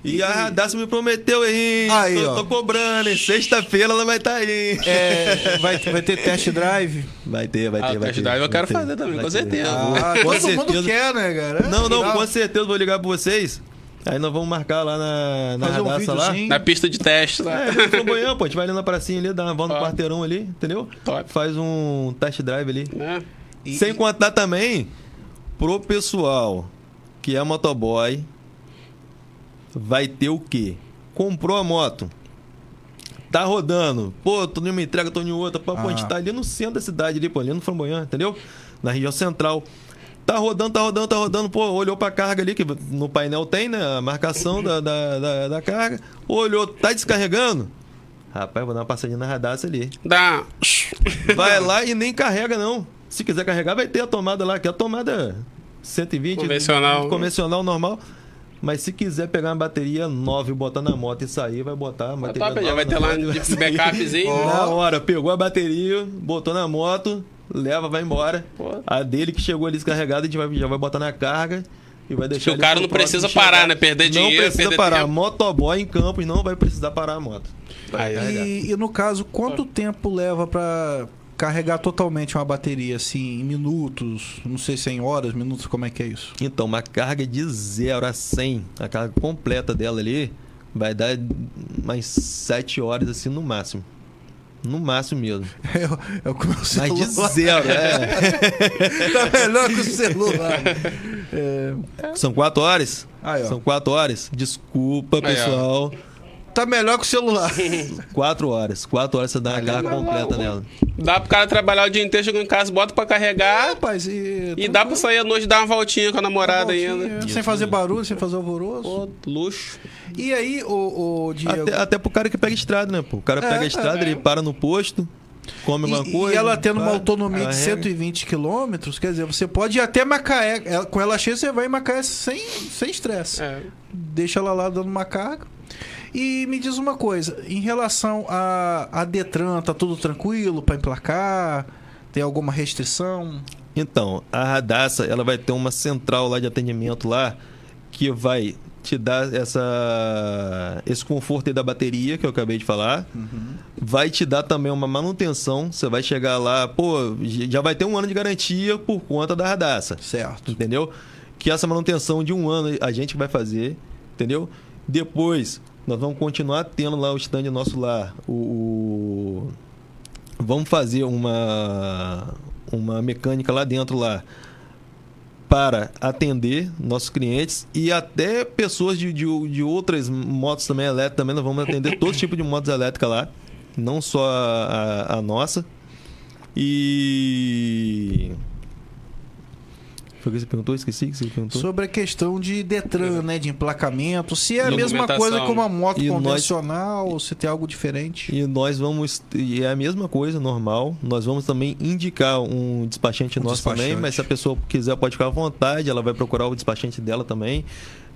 S3: E a Radassa me prometeu aí.
S1: Aí,
S3: tô,
S1: ó.
S3: tô cobrando, hein? Sexta-feira ela vai estar aí.
S1: É, vai, vai ter test drive.
S3: Vai ter, vai
S2: Ah,
S3: ter, vai
S2: test
S3: ter.
S2: drive eu
S3: vai
S2: quero
S3: ter,
S2: fazer também,
S3: vai
S2: com
S3: ter.
S2: certeza.
S1: Ah,
S3: Com
S1: todo mundo
S3: certeza.
S1: quer, né, cara?
S3: Não, não,
S1: Legal.
S3: com certeza vou ligar pra vocês. Aí nós vamos marcar lá na, na
S1: Fazer um
S3: Radassa lá.
S1: videozinho.
S2: Na pista de teste, né?
S3: É, vamos pra Banhão, pô, a gente vai ali na pracinha ali, dá uma volta no
S2: Ó.
S3: quarteirão ali, entendeu?
S2: Top.
S3: Faz um test drive ali.
S2: Né?
S1: E-
S3: Sem contar também pro pessoal que é motoboy, vai ter o quê? Comprou a moto. Tá rodando. Pô, tô numa entrega, tô em outra. Pô, pô, a gente
S1: Ah.
S3: tá ali no centro da cidade, ali, pô, ali no Framboiã, entendeu? Na região central. Tá rodando, tá rodando, tá rodando. Pô, olhou pra carga ali, que no painel tem, né? A marcação da, da, da, da carga. Olhou, tá descarregando? Rapaz, vou dar uma passadinha na radaça ali.
S2: Dá.
S3: Vai lá e nem carrega, não. Se quiser carregar, vai ter a tomada lá, que é a tomada 120.
S2: Convencional. né?
S3: Convencional, normal. Mas se quiser pegar uma bateria 9 e botar na moto e sair, vai botar a bateria
S2: Tá top, já
S3: nova
S2: vai
S3: na
S2: ter lá
S3: moto e
S2: de
S3: vai sair.
S2: backupzinho, né?
S3: Na hora, pegou a bateria, botou na moto, leva, vai embora.
S2: Pô.
S3: A dele que chegou ali descarregada, a gente vai, já vai botar na carga e vai deixar
S2: o
S3: ele
S2: cara
S3: pro
S2: não
S3: próximo
S2: precisa
S3: chegar.
S2: parar, né? Perder dinheiro,
S3: Não precisa
S2: perder
S3: parar.
S2: tempo.
S3: Motoboy em Campos não vai precisar parar a moto.
S2: Aí, aí.
S1: E, e no caso, quanto tempo leva pra carregar totalmente uma bateria, assim, em minutos? Não sei se é em horas, minutos, como é que é isso?
S3: Então, uma carga de 0 a 100, a carga completa dela ali, vai dar mais 7 horas assim no máximo. No máximo mesmo.
S1: É, o- é o que o meu
S3: Mas de
S1: celular.
S3: zero, é.
S1: tá melhor que o celular. É,
S3: São 4 horas?
S1: Aí, ó.
S3: São 4 horas? Desculpa,
S2: Aí, ó.
S3: pessoal.
S1: tá melhor que o celular.
S3: 4 horas. 4 horas você dá uma carga completa nela.
S2: Dá pro cara trabalhar o dia inteiro, chega em casa, bota pra carregar.
S1: Rapaz, e. tá
S2: E dá pra sair à noite dar uma voltinha com a namorada ainda.
S1: é. Sem fazer barulho, sem fazer alvoroço.
S2: Pô, luxo.
S1: E aí, o, Diego. É,
S3: Até, até pro cara que pega estrada, né, pô? O cara pega a estrada, ele para no posto, come uma
S1: E-
S3: coisa.
S1: E ela tendo uma
S3: para,
S1: autonomia de
S3: carrega.
S1: 120 quilômetros, quer dizer, você pode ir até Macaé. Ela- Com ela cheia, você vai em Macaé sem sem estresse.
S2: É.
S1: Deixa ela lá dando uma carga. E me diz uma coisa, em relação a, a Detran, tá tudo tranquilo pra emplacar? Tem alguma restrição?
S3: Então, a Radassa, ela vai ter uma central lá de atendimento lá que vai te dar essa esse conforto aí da bateria que eu acabei de falar. Vai te dar também uma manutenção, você vai chegar lá, pô, já vai ter um ano de garantia por conta da Radassa.
S1: Certo.
S3: Entendeu? Que essa manutenção de um ano a gente vai fazer, entendeu? Depois, nós vamos continuar tendo lá o stand nosso lá, o... o- Vamos fazer uma... uma mecânica lá dentro lá para atender nossos clientes e até pessoas de, de, de outras motos também elétricas também, nós vamos atender todo tipo de motos elétricas lá, não só a- a- a nossa. E... Foi o que você perguntou? Esqueci que você perguntou.
S1: Sobre a questão de Detran, né? De emplacamento, se é a mesma
S2: Documentação.
S1: coisa que uma moto
S3: E nós-
S1: convencional, ou se tem algo diferente.
S3: E nós vamos. E é a mesma coisa, normal. Nós vamos também indicar um despachante
S1: Um
S3: nosso também,
S1: despachante.
S3: mas se a pessoa quiser, pode ficar à vontade, ela vai procurar o despachante dela também.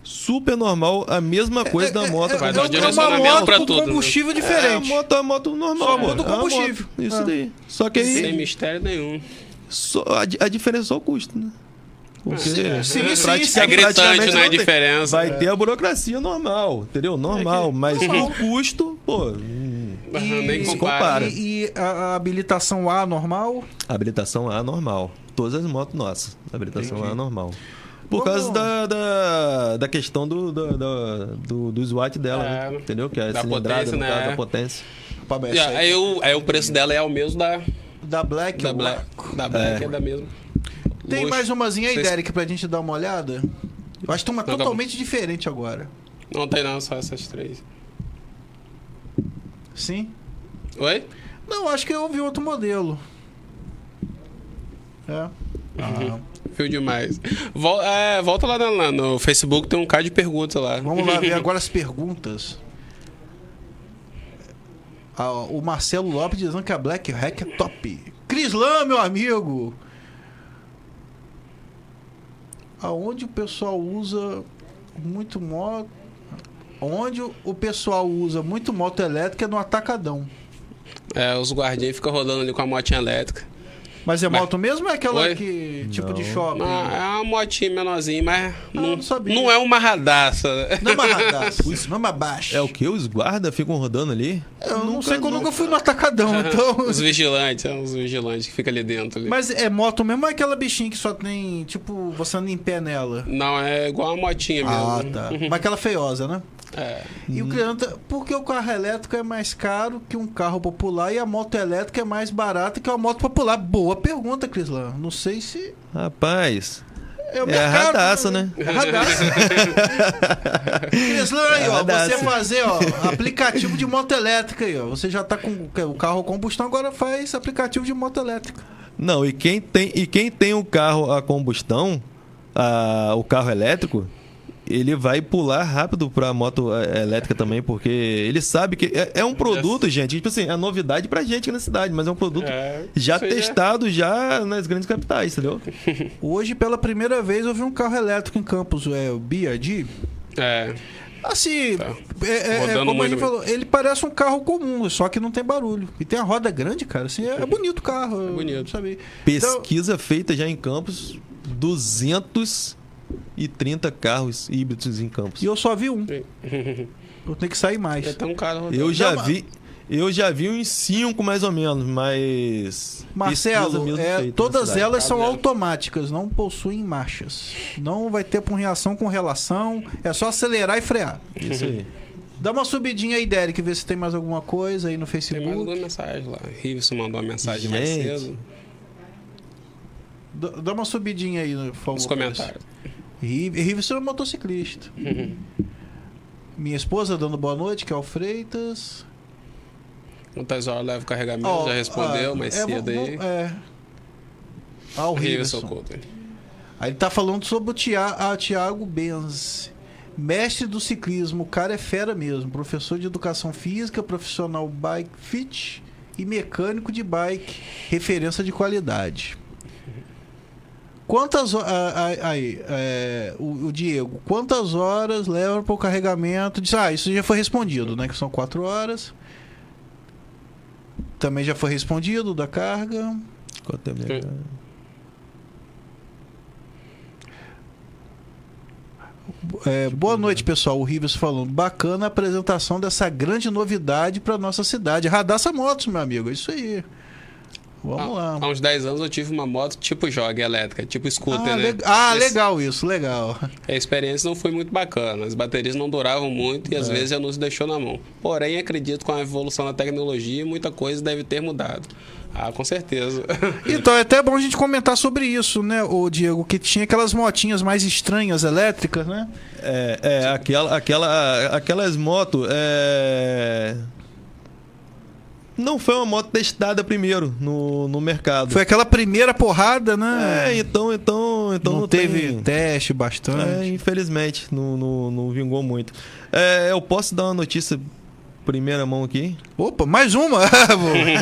S3: Super normal, a mesma coisa da moto.
S2: vai
S1: é
S2: dar um
S1: uma
S2: direcionamento
S1: moto
S2: pra
S1: com
S2: tudo, né?
S1: combustível
S3: É, a
S1: diferente.
S3: moto é uma moto normal,
S1: Só muda o
S3: É uma
S1: combustível.
S3: moto, isso
S1: É.
S3: daí. Só que
S2: Sem
S3: aí,
S2: mistério nenhum.
S3: só, a, di- a diferença é só o custo, né? Porque
S2: Sim, sim,
S1: sim,
S3: pratica-
S1: é
S2: gritante,
S3: praticamente
S2: né, a
S3: não tem-
S2: diferença.
S3: Vai ter a burocracia normal, entendeu? Normal,
S1: É
S3: mas o custo, pô, hum,
S1: E-
S2: Nem
S1: se
S2: compara.
S3: compara.
S1: E, e a, a habilitação A normal?
S3: Habilitação A normal. Todas as motos nossas. Habilitação
S1: Entendi.
S3: A normal. Por
S1: Vamos-
S3: causa da, da, da questão do, do, do, do, do SWAT dela,
S2: É,
S3: né? entendeu? Que é a
S2: da
S3: cilindrada,
S2: potência,
S3: no
S2: né?
S3: caso, da potência.
S1: Pabé,
S2: E, ó, aí, o, aí o preço dela é o mesmo da,
S1: Da Black.
S2: da
S1: eu
S2: Black.
S1: acho.
S2: Da Black é, da mesma.
S1: Tem
S2: Luxo.
S1: mais um- umazinha aí,
S2: Vocês-
S1: Derek, pra gente dar uma olhada? Eu acho que tem uma
S2: Não, tá bom.
S1: totalmente diferente agora.
S2: Não tem não, só essas três.
S1: Sim?
S2: Oi?
S1: Não, acho que eu vi outro modelo. É.
S2: Uhum.
S1: Ah,
S2: Viu demais. Vol- é, volta lá na- lá no Facebook, tem um card de perguntas lá.
S1: vamos lá ver agora as perguntas. Ah, ó, o Marcelo Lopes dizendo que a Black Hack é top. Crislan, meu amigo! Aonde o pessoal usa muito moto. Onde o pessoal usa muito moto elétrica é no atacadão.
S2: É, os guardinhas ficam rodando ali com a motinha elétrica.
S1: Mas é
S2: Mas-
S1: moto mesmo ou é aquela
S2: Oi?
S1: que. tipo de
S3: Não.
S1: shopping?
S2: Ah, é uma motinha menorzinha, mas não,
S1: não sabia.
S2: não é uma radaça. né?
S1: Não é marradaço. Isso, não é mabaixo.
S3: É o que? Os guardas ficam rodando ali?
S1: É, Eu não sei que eu nunca fui no atacadão, então.
S2: Os vigilantes, é os vigilantes que ficam ali dentro. ali.
S1: Mas é moto mesmo ou é aquela bichinha que só tem. Tipo, você anda em pé nela?
S2: Não, é igual uma motinha
S1: Ah,
S2: mesmo.
S1: tá. Mas aquela feiosa, né?
S2: É.
S1: E o criança. Por que o carro elétrico é mais caro que um carro popular e a moto elétrica é mais barata que uma moto popular? Boa pergunta, Crislan. Não sei se.
S3: Rapaz,
S1: É, o
S3: é a
S1: mercado,
S3: radaça, né?
S1: É radaça. Crislan, aí, ó,
S3: Radaça.
S1: você fazer, ó, aplicativo de moto elétrica aí, ó. Você já tá com o carro a combustão, agora faz aplicativo de moto elétrica.
S3: Não, e quem tem e quem tem um carro a combustão, a- o carro elétrico, ele vai pular rápido pra moto é, elétrica também, porque ele sabe que é, é um produto, gente, tipo assim, é novidade pra gente aqui na cidade, mas é um produto
S2: É,
S3: já
S2: isso aí é.
S3: testado já nas grandes capitais, entendeu?
S1: Então Hoje, pela primeira vez, eu vi um carro elétrico em Campos, é, o BID.
S2: É.
S1: Assim,
S2: Tá.
S1: é, é,
S2: Rodando
S1: como a
S2: muito
S1: gente
S2: mesmo.
S1: falou, ele parece um carro comum, só que não tem barulho. E tem a roda grande, cara. Assim, é, é bonito o carro. É
S2: bonito.
S1: Sabe? Então,
S3: Pesquisa feita já em Campos, 230 carros híbridos em Campos.
S1: e eu só vi um. Eu tenho que sair mais.
S2: Já tem um cara rodando.
S3: Eu já
S1: Não,
S3: vi, eu já vi uns cinco mais ou menos, mas pesquisa
S1: Marcelo,
S3: mesmo
S1: é,
S3: feita na
S1: todas
S3: cidade.
S1: elas são
S2: Cabelo.
S1: automáticas, não possuem marchas. Não vai ter punhação com relação, é só acelerar e frear.
S3: Isso
S1: Uhum.
S3: aí.
S1: Dá uma subidinha aí, Derek, ver se tem mais alguma coisa aí no
S2: Tem mais
S1: Facebook.
S2: alguma mensagem lá. Rives mandou uma mensagem
S3: Gente.
S2: mais cedo.
S1: Dá dá uma subidinha aí, por favor.
S2: Nos comentários. Uhum.
S1: Rive- Riverson é um motociclista. Minha esposa dando boa noite, que é o Freitas.
S2: Quantas horas leva o carregamento?
S1: Ó,
S2: já respondeu
S1: ah,
S2: mais
S1: é,
S2: cedo
S1: vou-
S2: aí.
S1: vou- É. Ah, o
S2: Rives
S1: Riverson.
S2: Couto.
S1: Aí ele tá falando sobre o Tia- ah, Thiago Benz. Mestre do ciclismo, o cara é fera mesmo. Professor de educação física, profissional bike fit e mecânico de bike. Referência de qualidade. Quantas horas. Aí, é, o, o Diego, quantas horas leva para o carregamento? Diz, ah, isso já foi respondido, né? Que são quatro horas. Também já foi respondido da carga.
S3: Quanto é minha
S2: Tem.
S3: cara?
S1: É, boa noite, pessoal. O Rivers falando. Bacana a apresentação dessa grande novidade para nossa cidade. Radassa Motos, meu amigo. É isso aí. Vamos
S3: Ah,
S2: Há-
S1: lá.
S2: Há uns 10 anos eu tive uma moto tipo jogue elétrica, tipo scooter,
S1: Ah,
S2: né?
S1: le- ah,
S2: Esse-
S1: legal isso, legal.
S2: A experiência não foi muito bacana, as baterias não duravam muito e
S3: É.
S2: às vezes já nos deixou na mão. Porém, acredito que com a evolução da tecnologia, muita coisa deve ter mudado. Ah, com certeza.
S1: Então, é até bom a gente comentar sobre isso, né, o Diego? Que tinha aquelas motinhas mais estranhas elétricas, né?
S3: É, é aquela, aquela, aquelas motos. É... Não foi uma moto testada primeiro no, no mercado.
S1: Foi aquela primeira porrada, né?
S3: É, então, então, então
S1: não, teve
S3: tem-
S1: teste
S3: É,
S1: bastante.
S3: infelizmente, não, não, não vingou muito. É, eu posso dar uma notícia primeira mão aqui?
S1: Opa, mais uma.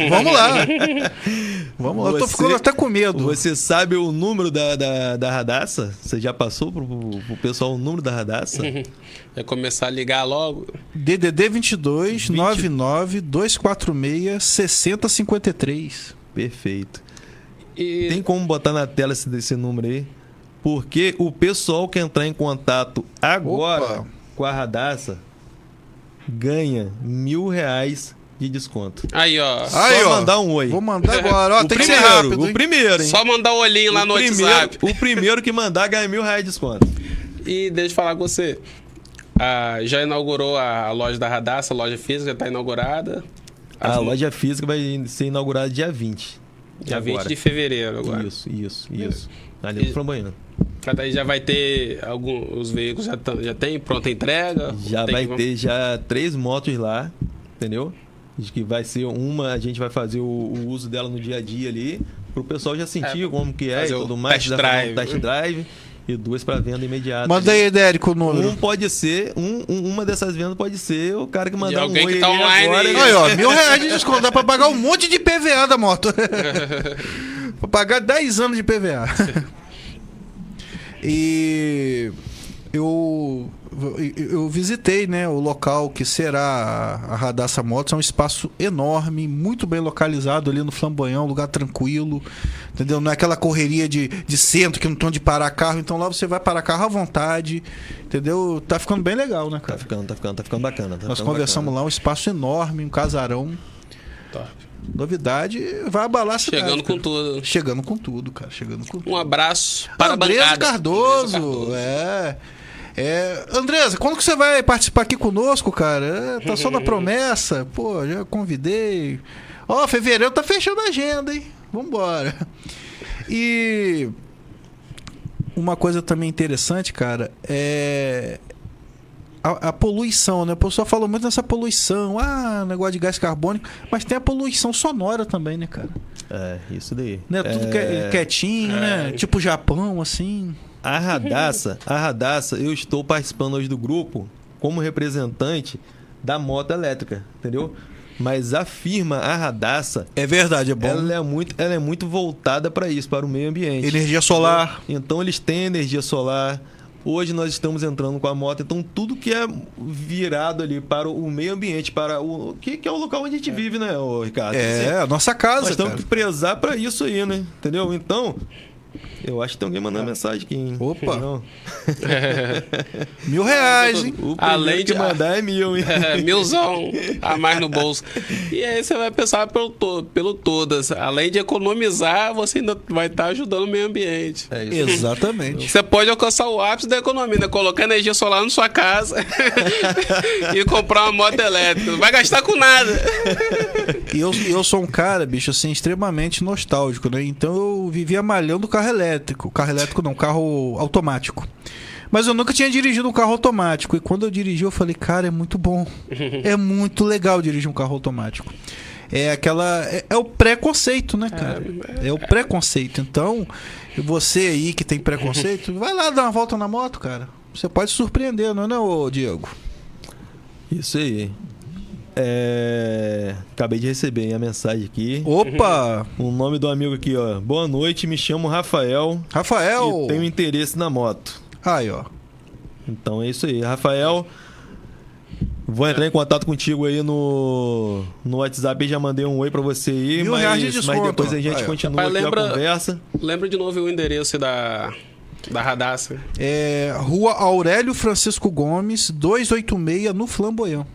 S1: Vamos lá. Vamos lá. Eu tô
S3: Você-
S1: ficando até com medo.
S3: Você sabe o número da, da, da radaça? Você já passou pro, pro pessoal o número da radaça?
S1: Uhum.
S2: Vai começar a ligar logo.
S1: DDD 22 99 246 6053.
S3: Perfeito.
S2: E
S3: Tem como botar na tela esse, esse número aí? Porque o pessoal que entrar em contato agora
S1: Opa.
S3: com a radaça ganha mil reais de desconto.
S2: aí, ó.
S1: Ah, Aí,
S3: Só
S1: ó.
S3: mandar um oi.
S1: Vou mandar agora, ó,
S3: o
S1: tem que ser
S3: primeiro,
S1: rápido.
S3: o
S1: hein?
S3: primeiro, hein?
S2: Só mandar o olhinho lá
S3: o
S2: no
S3: primeiro,
S2: WhatsApp.
S3: O primeiro que mandar ganha mil reais de desconto.
S2: E deixa eu falar com você. Ah, já inaugurou a loja da Radassa, a loja física, já está inaugurada.
S3: Ah, A
S2: As-
S3: loja física vai ser inaugurada dia 20.
S2: Assim. Dia 20
S3: agora.
S2: de fevereiro agora.
S3: Isso, isso, isso. Ali no
S2: E-
S3: Flamboyant.
S2: Pra daí já vai ter algum, os veículos já, tão- já tem pronta entrega.
S3: Já
S2: Tem
S3: vai
S2: que-
S3: ter já três motos lá, entendeu? Acho Que vai ser uma, a gente vai fazer o, o uso dela no dia a dia ali, pro pessoal já sentir como que é e
S2: fazer o
S3: tudo mais,
S2: test
S3: já fazer um
S2: drive.
S3: test drive e duas para venda imediata.
S1: Manda aí, Edérico, o número.
S3: Um pode ser, um, um- uma dessas vendas pode ser o cara que mandar um
S2: alguém
S3: oi
S2: que tá
S3: ali
S2: online
S3: agora,
S2: aí.
S3: ele-
S1: Aí, ó, mil reais de desconto. Dá pra pagar um monte de PVA da moto. Vou pagar 10 anos de PVA. e eu, eu visitei né, o local que será a Radassa Motos. É um espaço enorme, muito bem localizado ali no Flamboyão, lugar tranquilo. Entendeu? Não é aquela correria de, de centro que não tem onde parar carro. Então lá você vai parar carro à vontade. Entendeu? Tá ficando bem legal, né,
S3: Tá
S1: cara?
S3: ficando, tá ficando, tá ficando bacana. tá
S1: Nós
S3: ficando
S1: conversamos lá, um espaço enorme, um casarão.
S2: Top.
S1: Novidade vai abalar a cidade.
S2: Chegando com
S1: cara.
S2: tudo.
S1: Chegando com tudo, cara. Chegando com tudo.
S2: Um abraço para a
S1: Andresa
S2: bancada. assim,
S1: Cardoso,
S2: Andresa Cardoso.
S1: É. É, Andresa, quando que você vai participar aqui conosco, cara? É, tá só na promessa. Pô, já convidei. Ó, fevereiro tá fechando a agenda, hein? Vambora. E uma coisa também interessante, cara, é a, a poluição, né? O pessoal falou muito nessa poluição. Ah, negócio de gás carbônico. Mas tem a poluição sonora também, né, cara?
S3: É, isso daí.
S1: Né? Tudo
S3: É,
S2: É.
S1: que- quietinho, né? Tipo Japão, assim.
S3: A Radassa, a Radassa, eu estou participando hoje do grupo como representante da moto elétrica, entendeu? Mas a firma, a Radassa,
S1: É verdade, é bom.
S3: ela é muito, ela é muito voltada para isso, para o meio ambiente.
S1: Energia solar.
S3: Então eles têm energia solar. Hoje nós estamos entrando com a moto, então tudo que é virado ali para o meio ambiente, para o que, que é o local onde a gente vive, né, ô Ricardo? Assim,
S1: É, a nossa casa,
S3: nós temos
S1: cara.
S3: que prezar para isso aí, né? Entendeu? Então, eu acho que tem alguém mandando mensagem aqui. Hein?
S1: É. Opa.
S3: Não.
S1: Mil reais, hein?
S3: O
S2: Além
S3: Além
S2: de-
S3: de mandar é mil, hein?
S2: É, milzão a mais no bolso. E aí você vai pensar pelo, to pelo todas. Além de economizar, você ainda vai estar ajudando o meio ambiente.
S3: É isso.
S1: Exatamente.
S2: Você pode alcançar o ápice da economia, né? Colocar energia solar na sua casa e comprar uma moto elétrica. Não vai gastar com nada.
S1: E eu, eu sou um cara, bicho, assim, extremamente nostálgico, né? Então eu vivia malhando carro elétrico. Carro elétrico não, carro automático. Mas eu nunca tinha dirigido um carro automático. E quando eu dirigi, eu falei, cara, é muito bom. É muito legal dirigir um carro automático. É aquela. É, é o preconceito, né, cara? É o preconceito. Então, você aí que tem preconceito, vai lá dar uma volta na moto, cara. Você pode se surpreender, não é, não, ô Diego?
S3: Isso aí. É, Acabei de receber hein, a mensagem aqui.
S1: Opa!
S3: O nome do amigo aqui, ó. Boa noite, me chamo Rafael
S1: Rafael!
S3: e tenho interesse na moto.
S1: Aí, ó.
S3: Então é isso aí, Rafael. Vou entrar em contato contigo aí no, no WhatsApp e já mandei um oi pra você aí,
S1: Mil
S3: mas,
S1: reais de desconto,
S3: mas depois a
S1: ó.
S3: gente
S1: Aí, ó.
S3: continua
S2: Rapaz,
S3: aqui
S2: lembra-
S3: a conversa.
S2: Lembra de novo o endereço da, da Radassa.
S1: É, Rua Aurélio Francisco Gomes, 286, no Flamboyant.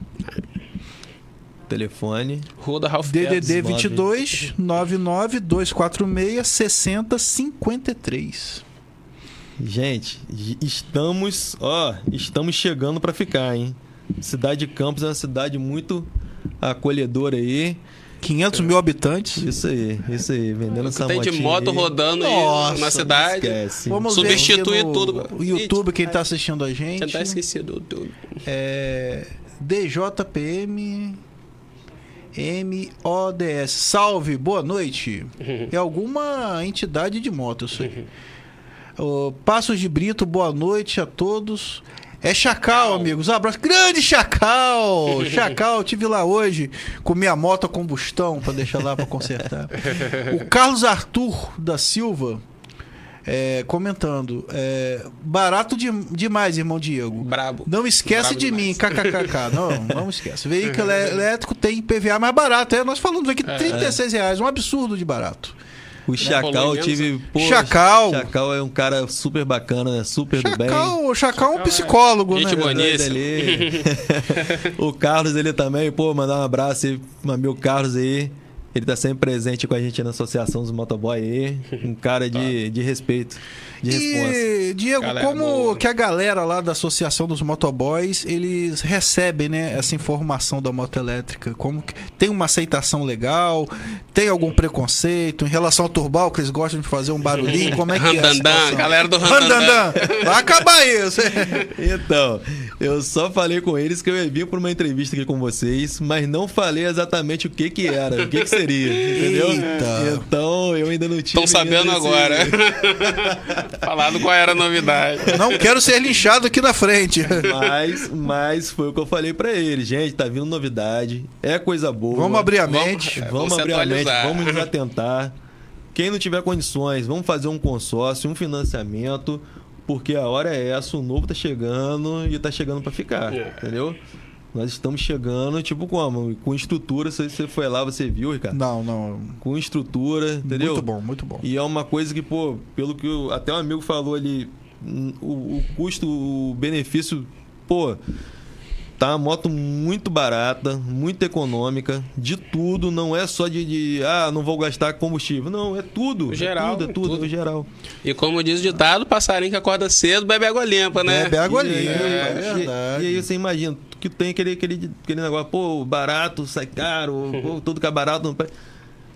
S3: Telefone.
S2: Rua da Ralph Kebs.
S1: DDD
S3: nove.
S1: 22 99 246 6053.
S3: Gente, j- estamos, ó, estamos chegando pra ficar, hein? Cidade de Campos é uma cidade muito acolhedora aí.
S1: 500 mil habitantes.
S3: Isso aí, isso aí, vendendo essa
S2: Tem de
S3: motinha
S2: moto
S3: aí.
S2: rodando aí
S3: Nossa,
S2: na cidade.
S3: não esquece.
S1: ver
S2: Substitui
S1: aqui no
S2: tudo.
S1: YouTube, quem tá assistindo a gente.
S2: Tinha até esquecido tudo.
S1: É, DJPM MODS. Salve, boa noite. É alguma entidade de moto, eu sei. Ô, Passos de Brito, boa noite a todos. É Chacal, amigos. Abraço. Grande Chacal! Chacal, eu tive lá hoje com minha moto a combustão para deixar lá para consertar. O Carlos Arthur da Silva é, comentando. é, barato de- demais, irmão Diego.
S2: Brabo.
S1: Não esquece
S2: Brabo
S1: de
S2: demais. É.
S1: mim, kkkk. Não, não esquece. Veículo elétrico tem PVA mais barato. É, nós falamos aqui, R$ 36 reais, um absurdo de barato.
S3: O Chacal
S2: Polônia,
S3: eu tive. pô,
S1: Chacal.
S3: Chacal é um cara super bacana, né? Super do bem.
S1: Chacal, Chacal é um psicólogo, né?
S2: Gente boa.
S3: Dois
S2: Boníssimo.
S3: ali. o Carlos ele também, pô, mandar um abraço aí, meu amigo Carlos aí. Ele tá sempre presente com a gente na Associação dos Motoboy aí. Um cara de, de respeito, de resposta.
S1: E, Diego,
S2: Galera
S1: como
S2: boa. né?
S1: que a galera lá da Associação dos Motoboys, eles recebem, né, essa informação da moto elétrica? Como que, tem uma aceitação legal? Tem algum preconceito? Em relação ao turbal, que eles gostam de fazer um barulhinho? Como é que é a
S2: Randandan,
S1: situação?
S2: galera do
S1: Randandan. Vai acabar isso.
S3: Então, eu só falei com eles que eu ia vir pra uma entrevista aqui com vocês, mas não falei exatamente o que que era, o que que seria, entendeu?
S1: Eita.
S3: Então, eu ainda não tinha.
S2: Estão sabendo agora. Falado qual era a novidade.
S1: Não quero ser linchado aqui na frente.
S3: Mas, mas foi o que eu falei pra ele. Gente, tá vindo novidade. É coisa boa.
S1: Vamos abrir a
S2: Vamos-
S1: mente.
S2: É,
S3: Vamos
S2: vamos se
S3: abrir a mente,
S2: atualizar.
S3: vamos nos atentar. Quem não tiver condições, vamos fazer um consórcio, um financiamento, porque a hora é essa, o novo tá chegando e tá chegando pra ficar,
S2: É.
S3: entendeu? Nós estamos chegando, tipo como? Com estrutura, você você foi lá, você viu, Ricardo?
S1: Não, não.
S3: Com estrutura, entendeu?
S1: Muito bom, muito bom.
S3: E é uma coisa que, pô, pelo que o- até um amigo falou ali, hum, o, o custo, o benefício, pô, tá uma moto muito barata, muito econômica, de tudo, não é só de, de, ah, não vou gastar combustível. Não, é tudo.
S2: Geral,
S3: é tudo, é tudo,
S2: tudo.
S3: é geral.
S2: E como diz o ditado, passarinho que acorda cedo bebe água limpa, né?
S1: Bebe água
S3: E
S1: ali.
S3: aí,
S1: É,
S3: e-
S1: verdade.
S3: E, aí você imagina que tem aquele, aquele, aquele negócio, pô, barato sai caro, pô, tudo que é barato. Não... pa-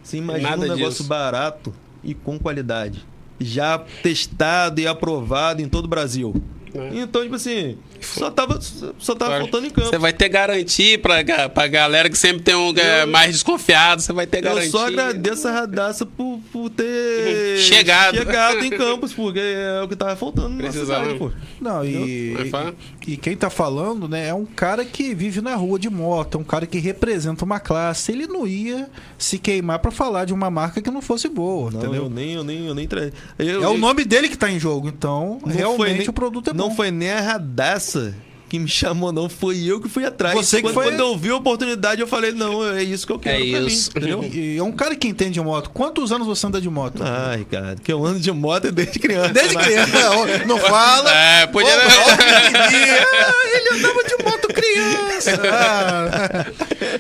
S3: Você imagina
S2: Nada
S3: um negócio
S2: disso.
S3: barato e com qualidade. Já testado e aprovado em todo o Brasil.
S2: É.
S3: Então, tipo assim, só tava, só tava
S2: Agora,
S3: faltando em campo.
S2: Você vai ter garantia pra, ga- pra galera que sempre tem um ga- mais desconfiado, você vai ter
S3: Eu
S2: garantia.
S3: só agradeço a Radassa por, por ter ter
S2: Chegado.
S3: chegado em Campos, porque é o que tava faltando na nossa
S2: Precisava.
S3: cidade, pô.
S1: Não, e,
S2: Vai falar?
S1: e, e quem tá falando, né, é um cara que vive na rua de moto, é um cara que representa uma classe. Ele não ia se queimar pra falar de uma marca que não fosse boa,
S2: Então,
S3: Não,
S1: entendeu?
S3: eu nem, eu nem, eu nem tra...
S1: É o nome dele que tá em jogo, então
S3: Não foi
S1: realmente
S3: nem-
S1: o produto é
S3: Não
S1: bom.
S3: foi nem a radaça que me chamou, não. Foi eu que fui atrás.
S1: Você que
S3: quando,
S1: foi-
S3: quando eu vi a oportunidade, eu falei, não, é isso que eu quero
S2: É
S3: pra
S2: isso.
S3: mim, entendeu?
S1: E é um cara que entende de moto. Quantos anos você anda de moto?
S3: Ai, cara, que eu ando de moto desde criança.
S1: Desde
S3: né?
S1: criança, não fala.
S2: É, podia.
S1: Ô, ó, pequenininho. né? Ah, ele andava de moto criança. Ah,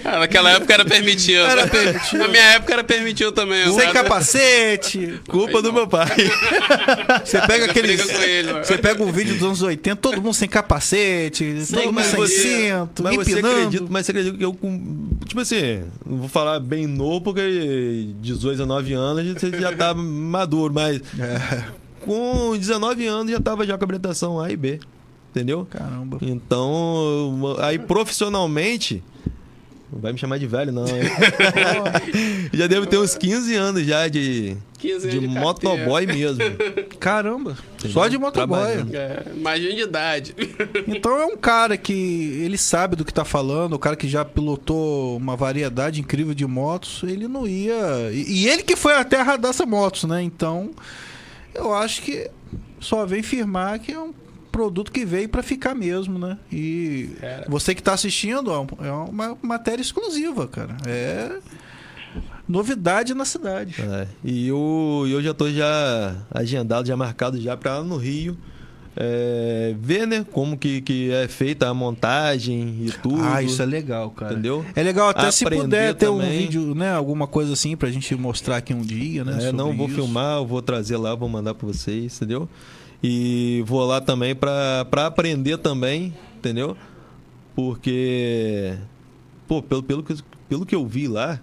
S2: Ah, Naquela época era permitido.
S1: Era é permitido.
S2: Na minha época era permitido também.
S1: sem
S2: agora-
S1: capacete.
S3: Culpa do meu pai.
S1: Você pega aqueles.
S2: Briga com ele, mano.
S1: Você pega um vídeo dos anos 80, todo mundo sem capacete, todo mundo
S3: mas
S1: sem
S3: você-
S1: cinto,
S3: mas você
S1: empinando.
S3: acredita, mas você acredita que eu com. Tipo assim, não vou falar bem novo, porque 18, 19 anos você já tá maduro, mas.
S1: É.
S3: Com 19 anos já tava já com habilitação A e B. Entendeu?
S1: Caramba.
S3: Então, uma- aí profissionalmente. Não vai me chamar de velho, não. hein? já devo ter uns 15 anos já de.
S2: 15
S3: De
S2: anos de
S3: motoboy mesmo.
S1: Caramba. Só
S3: um
S1: de motoboy.
S3: Trabalhando.
S2: É, imagina de idade.
S1: Então é um cara que ele sabe do que tá falando, o cara que já pilotou uma variedade incrível de motos, ele não ia. E, e ele que foi até a Radassa Motos, né? Então, eu acho que só vem firmar que é um produto que veio pra ficar mesmo, né? E
S2: Cara.
S1: você que tá assistindo, ó, é uma matéria exclusiva, cara. É novidade na cidade.
S3: É, E eu, e eu já tô já agendado, já marcado já para no Rio. é, ver, né, como que, que é feita a montagem e tudo.
S1: Ah, isso é legal, cara.
S3: Entendeu?
S1: É legal até se
S3: Aprender
S1: puder ter um
S3: também.
S1: vídeo, né? Alguma coisa assim pra gente mostrar aqui um dia, né?
S3: É,
S1: sobre
S3: não vou
S1: isso.
S3: filmar, eu vou trazer lá, vou mandar para vocês, entendeu? E vou lá também para aprender também, entendeu? Porque, pô, pelo, pelo, que, pelo que eu vi lá,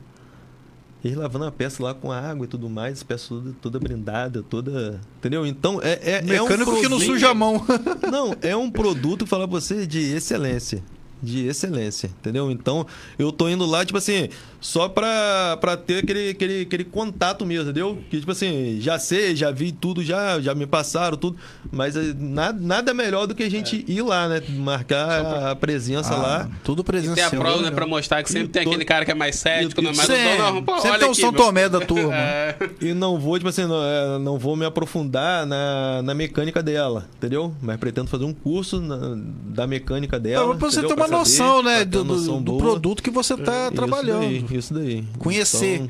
S3: eles lavando a peça lá com água e tudo mais, a peça toda, toda brindada, toda. Entendeu? Então é, é, é um
S1: Mecânico que não
S3: produto-
S1: suja a mão.
S3: Não, é um produto, falar pra você, de excelência. De excelência, entendeu? Então, eu tô indo lá, tipo assim, só pra, pra ter aquele, aquele, aquele contato mesmo, entendeu? Que, tipo assim, já sei, já vi tudo, já, já me passaram tudo, mas eh, nada, nada melhor do que a gente ir lá, né? Marcar a presença lá.
S1: Ah, Tudo
S2: Tem a
S1: presencial.
S2: prova, né, pra mostrar que sempre tem aquele cara que é mais cético, não é mais
S1: Sempre,
S2: não, não, pô,
S1: sempre
S2: olha
S1: tem o
S2: aqui,
S1: São
S2: meu.
S1: Tomé da turma.
S2: É.
S3: E não vou, tipo assim, não, é, não vou me aprofundar na, na mecânica dela, entendeu? Mas pretendo fazer um curso na- da mecânica dela.
S1: Não, mas pra você ter
S3: entendeu?
S1: uma
S3: Pra saber,
S1: noção, né?
S3: pra ter
S1: Do,
S3: uma
S1: do-
S3: noção
S1: do
S3: boa. É,
S1: produto que você tá
S3: Isso
S1: trabalhando.
S3: daí, isso daí.
S1: Conhecer.
S3: Então,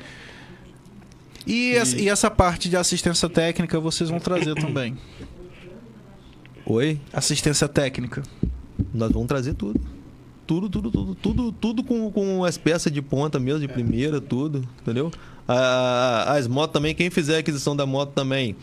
S1: E, essa- e essa parte de assistência técnica vocês vão trazer também.
S3: oi,
S1: Assistência técnica.
S3: nós vamos trazer tudo. Tudo, tudo, tudo, tudo, tudo com, com as peças de ponta mesmo,
S2: É.
S3: de primeira, tudo, entendeu? A- as motos também, quem fizer a aquisição da moto também,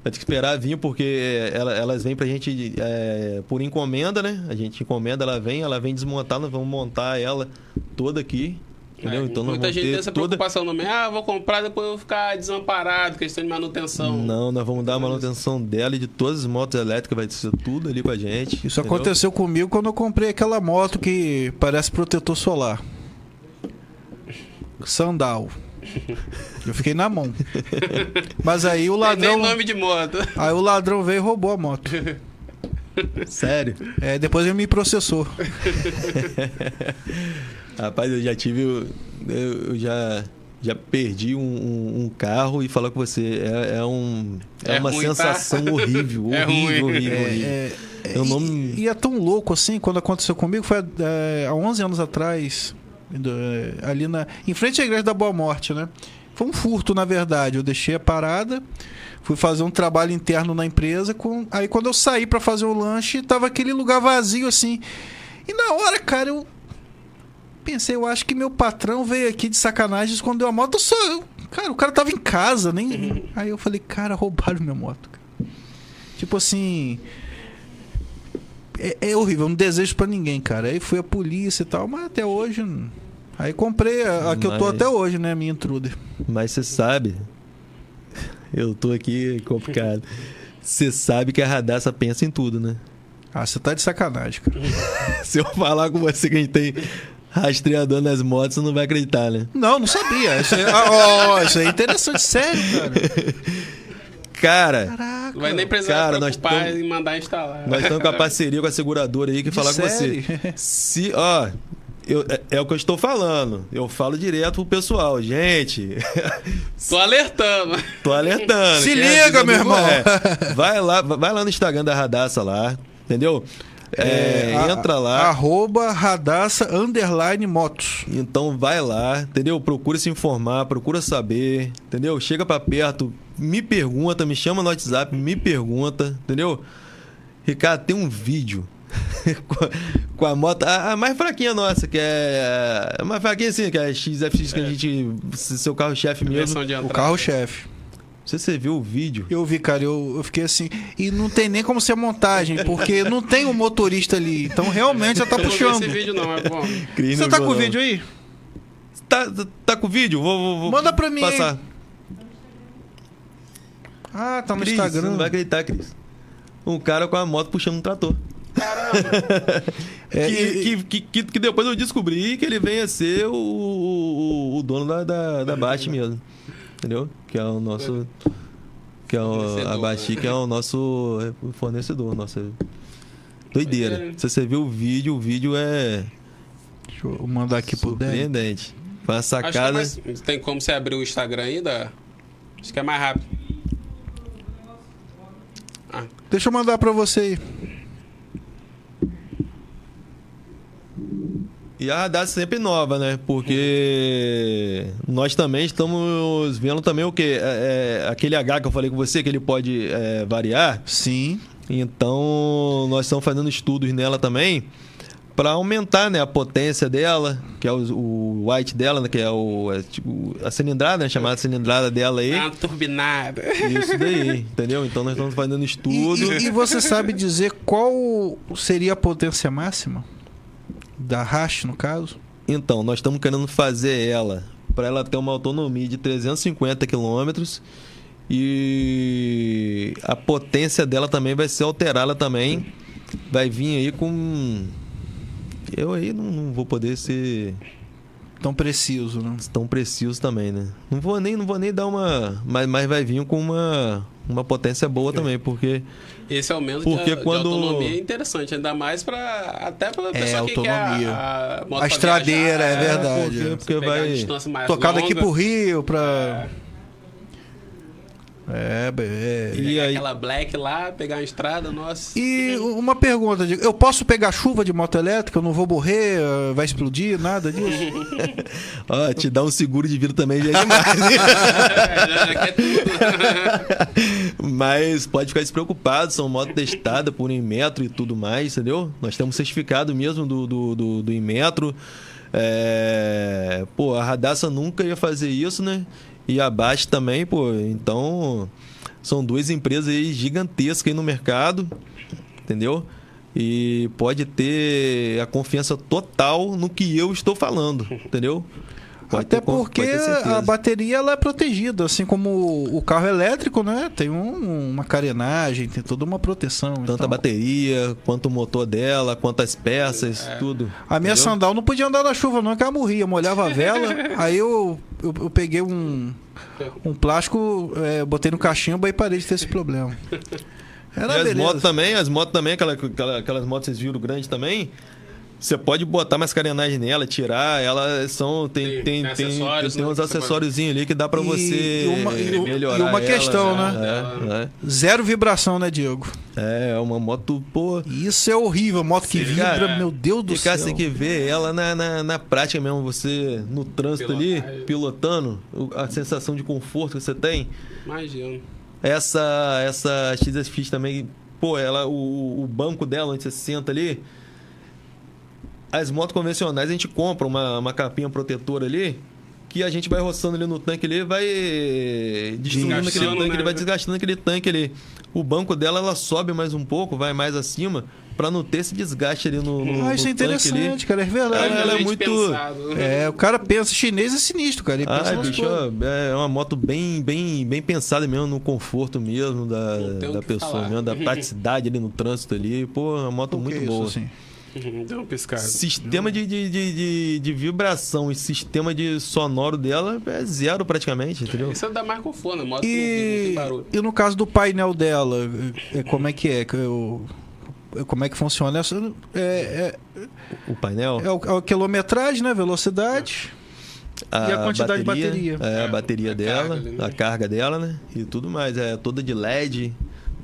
S3: vai ter que esperar vir, porque é, ela- elas vêm pra gente é, por encomenda, né? A gente encomenda, ela vem, ela vem desmontar, nós vamos montar ela toda aqui, entendeu?
S2: É,
S3: então nós
S2: muita
S3: vamos
S2: gente
S3: ter
S2: tem essa
S3: toda...
S2: preocupação no meio. Ah, vou comprar, depois eu vou ficar desamparado, questão de manutenção.
S3: Não, nós vamos dar a manutenção dela e de todas as motos elétricas, vai ser tudo ali com a gente.
S1: Isso
S3: entendeu?
S1: aconteceu comigo quando eu comprei aquela moto que parece protetor solar. Sandal. Eu fiquei na mão. Mas aí o
S2: Tem
S1: ladrão.
S2: nome de moto.
S1: Aí o ladrão veio e roubou a moto.
S3: Sério.
S1: É, depois ele me processou.
S3: Rapaz, eu já tive. Eu, eu já, já perdi um, um- um carro e falar com você. É, é um, é,
S2: É
S3: uma
S2: ruim, tá?
S3: sensação horrível. Horrível,
S2: É ruim.
S3: horrível, horrível.
S1: É, é,
S3: Eu
S1: e-
S3: não-
S1: e, é tão louco assim, quando aconteceu comigo, foi é, há 11 anos atrás, do- é, ali na, em frente à Igreja da Boa Morte, né? Foi um furto, na verdade. Eu deixei a parada, fui fazer um trabalho interno na empresa. Com, aí quando eu saí pra fazer o lanche, tava aquele lugar vazio assim. E na hora, cara, eu pensei, eu acho que meu patrão veio aqui de sacanagem, escondeu a moto. Só eu. Cara, o cara tava em casa, nem. Aí eu falei, cara, roubaram minha moto. cara. Tipo assim. É, é horrível, eu não desejo pra ninguém, cara. Aí fui a polícia e tal, mas até hoje. não- Aí comprei a, a que eu tô
S3: Mas-
S1: até hoje, né? A minha intruder.
S3: Mas você sabe. Eu tô aqui complicado. Você sabe que a radaça pensa em tudo, né?
S1: Ah, você tá de sacanagem, cara.
S3: Se eu falar com você que a gente tem rastreador nas motos, você não vai acreditar, né?
S1: Não, não sabia. Isso aí, ah, ó, ó, isso aí é interessante, sério, é cara.
S3: Cara,
S1: Caraca.
S2: Não vai nem precisar
S3: Cara,
S2: se
S3: nós
S2: preocupar
S3: tamo-
S2: em mandar instalar.
S3: Nós estamos com a parceria com a seguradora aí que falar com
S1: É. série?
S3: você. Se, ó, eu- é, é o que eu estou falando. Eu falo direto pro pessoal, gente.
S2: Tô alertando.
S3: Tô alertando.
S1: Se
S3: Quem
S1: liga, meu
S3: avisa não
S1: irmão.
S3: é. Vai lá, vai lá no Instagram da Radassa lá, entendeu? É,
S1: a-
S3: entra lá.
S1: Ah, Arroba Radassa Underline Motos.
S3: Então vai lá, entendeu? Procura se informar, procura saber, entendeu? Chega pra perto, me pergunta, me chama no WhatsApp, me pergunta, entendeu? Ricardo, tem um vídeo com, a, com a moto, a, a mais fraquinha nossa, que é a mais fraquinha assim, que é a XFX que a gente, seu carro-chefe mesmo.
S2: Versão de
S1: O
S2: entrada.
S1: carro-chefe.
S3: Se você viu o vídeo,
S1: Eu vi, cara, eu, eu fiquei assim. E não tem nem como ser montagem, porque não tem um motorista ali. Então realmente já tá
S2: Eu não vi
S1: puxando.
S2: esse vídeo não, é bom.
S3: Cris
S1: Você
S3: não
S1: tá
S3: viu,
S1: com o
S3: não.
S1: vídeo aí?
S3: Tá, tá com o vídeo? Vou, vou, vou
S1: Manda pra mim,
S3: Passar.
S1: hein? Ah, tá no
S3: Cris, você
S1: Instagram.
S3: não vai acreditar, Cris. Um cara com a moto puxando um trator.
S1: É,
S3: que,
S1: e-
S3: que- que, que, que depois eu descobri que ele vem a ser o, o, o- o dono da, da, da Bate mesmo. Entendeu? Que é o nosso. Que é o, a
S2: Fornecedor,
S3: Bati,
S2: né?
S3: que é o nosso fornecedor, nossa. Doideira.
S2: Doideira.
S3: Se você viu o vídeo, o vídeo é
S1: Deixa eu mandar Tá aqui pro Dan.
S3: surpreendente. Foi uma
S2: Acho que
S3: sacada.
S2: é mais- Tem como você abrir o Instagram ainda? Acho que é mais rápido. Ah,
S1: Deixa eu mandar pra você aí.
S3: E a data sempre nova, né? Porque nós também estamos vendo também o quê? É, é, aquele H que eu falei com você, que ele pode é, variar.
S1: Sim.
S3: Então, nós estamos fazendo estudos nela também para aumentar né, a potência dela, que é o, o white dela, né, que é, o, é tipo, a cilindrada, né, chamada cilindrada dela aí.
S2: dá uma turbinada.
S3: Isso daí, entendeu? Então, nós estamos fazendo
S1: E-
S3: estudo.
S1: E, e você sabe dizer qual seria a potência máxima? Da Hash, no caso?
S3: Então, nós estamos querendo fazer ela para ela ter uma autonomia de 350 quilômetros e a potência dela também vai ser alterada também. Vai vir aí com. Eu aí não, não vou poder ser
S1: Tão preciso, né?
S3: tão preciso também, né? Não vou nem, não vou nem dar uma. Mas, mas vai vir com uma, uma potência boa também, porque.
S2: Esse aumento
S3: Porque
S2: de, de
S3: quando- É,
S2: autonomia é interessante, ainda mais para até para pessoa que quer
S1: autonomia.
S2: a, a moto
S1: A
S2: pra
S1: estradeira, é
S2: viajar, né?
S1: verdade.
S3: Porque, porque
S2: pegar
S3: vai.
S2: a distância mais
S1: Tocar daqui
S2: longa.
S1: pro Rio, pra. É, be- é.
S3: E aí,
S2: Aquela black lá, pegar a estrada, nossa.
S1: E uma pergunta, Diego, eu posso pegar chuva de moto elétrica? Eu não vou morrer, eh, vai explodir, nada disso?
S3: ó, te dar um seguro de vida também já é demais.
S2: já, já quer tudo.
S3: Mas pode ficar despreocupado, são motos testadas por Inmetro e tudo mais, entendeu? Nós temos certificado mesmo do, do, do, do Inmetro. É, Pô, a Radassa nunca ia fazer isso, né? E a Bast também, pô. Então, são duas empresas aí gigantescas aí no mercado, entendeu? E pode ter a confiança total no que eu estou falando, entendeu? Pode
S1: Até
S3: ter con- pode
S1: porque
S3: ter certeza.
S1: a bateria ela é protegida, assim como o- o carro elétrico, né? Tem um- uma carenagem, tem toda uma proteção.
S3: Tanto a
S1: então.
S3: bateria, quanto o motor dela, quanto as peças,
S1: É.
S3: tudo.
S1: A minha
S3: Entendeu?
S1: sandal não podia andar na chuva, não, que ela morria. Molhava a vela. aí eu, eu, eu peguei um, um plástico, é, botei no cachimbo e parei de ter esse problema. Era
S3: E as
S1: beleza.
S3: motos também, as motos também, aquela, aquela- aquelas motos vocês viram grande também. Você pode botar mais carenagem nela, tirar, elas são. Tem,
S2: Sim,
S3: tem, tem,
S2: tem
S3: tem,
S2: acessórios, né,
S3: uns
S2: que você
S3: acessóriozinhos ali que dá pra
S1: E-
S3: você
S1: e uma- e um-
S3: melhorar.
S1: e uma
S3: ela,
S1: questão,
S3: né?
S1: Zero vibração, né, Diego?
S3: É, é, é uma moto, pô.
S1: Isso é horrível. Moto que
S3: Sim,
S1: vibra,
S3: cara.
S1: meu Deus do
S3: E cara,
S1: céu.
S3: você tem que ver ela na, na, na prática mesmo, você no trânsito ali,
S2: Pilotagem.
S3: pilotando, o- a sensação de conforto que você tem.
S2: Imagino.
S3: Essa, essa XSX também, pô, ela, o, o banco dela, onde você senta ali. As motos convencionais a gente compra uma, uma capinha protetora ali, que a gente vai roçando ali no tanque ali, vai destruindo aquele
S2: Desgastando,
S3: tanque,
S2: né?
S3: ele vai desgastando aquele tanque ali. O banco dela, ela sobe mais um pouco, vai mais acima, pra não ter esse desgaste ali no, no,
S1: Ah, isso
S3: no
S1: é
S3: tanque ali.
S1: interessante, cara. É verdade.
S3: Ela é
S2: Realmente
S3: muito-
S2: pensado.
S1: É, o cara pensa, chinês é sinistro, cara. Ele pensa
S3: Ah,
S1: nas
S3: bicho,
S1: coisas.
S3: é uma moto bem, bem, bem pensada mesmo no conforto mesmo da,
S2: Não tem o
S3: da
S2: que
S3: pessoa
S2: falar.
S3: mesmo, da praticidade ali no trânsito ali. Pô, é uma moto
S1: O que
S3: muito
S1: é isso,
S3: boa.
S1: assim?
S2: Deu uma piscada.
S3: Sistema de, de, de, de, de vibração e sistema de sonoro dela é zero praticamente, entendeu?
S2: Isso é da marcofona, moto que não fica, não tem
S1: E,
S2: barulho.
S1: e no caso do painel dela, é, como é que é? Que eu- como é que funciona essa? É,
S3: O painel.
S1: é, é, o, é o quilometragem, né? Velocidade. E a quantidade de bateria?
S3: É,
S2: É,
S3: a bateria
S2: a
S3: dela,
S2: carga ali, né?
S3: a carga dela, né? E tudo mais. É toda de LED,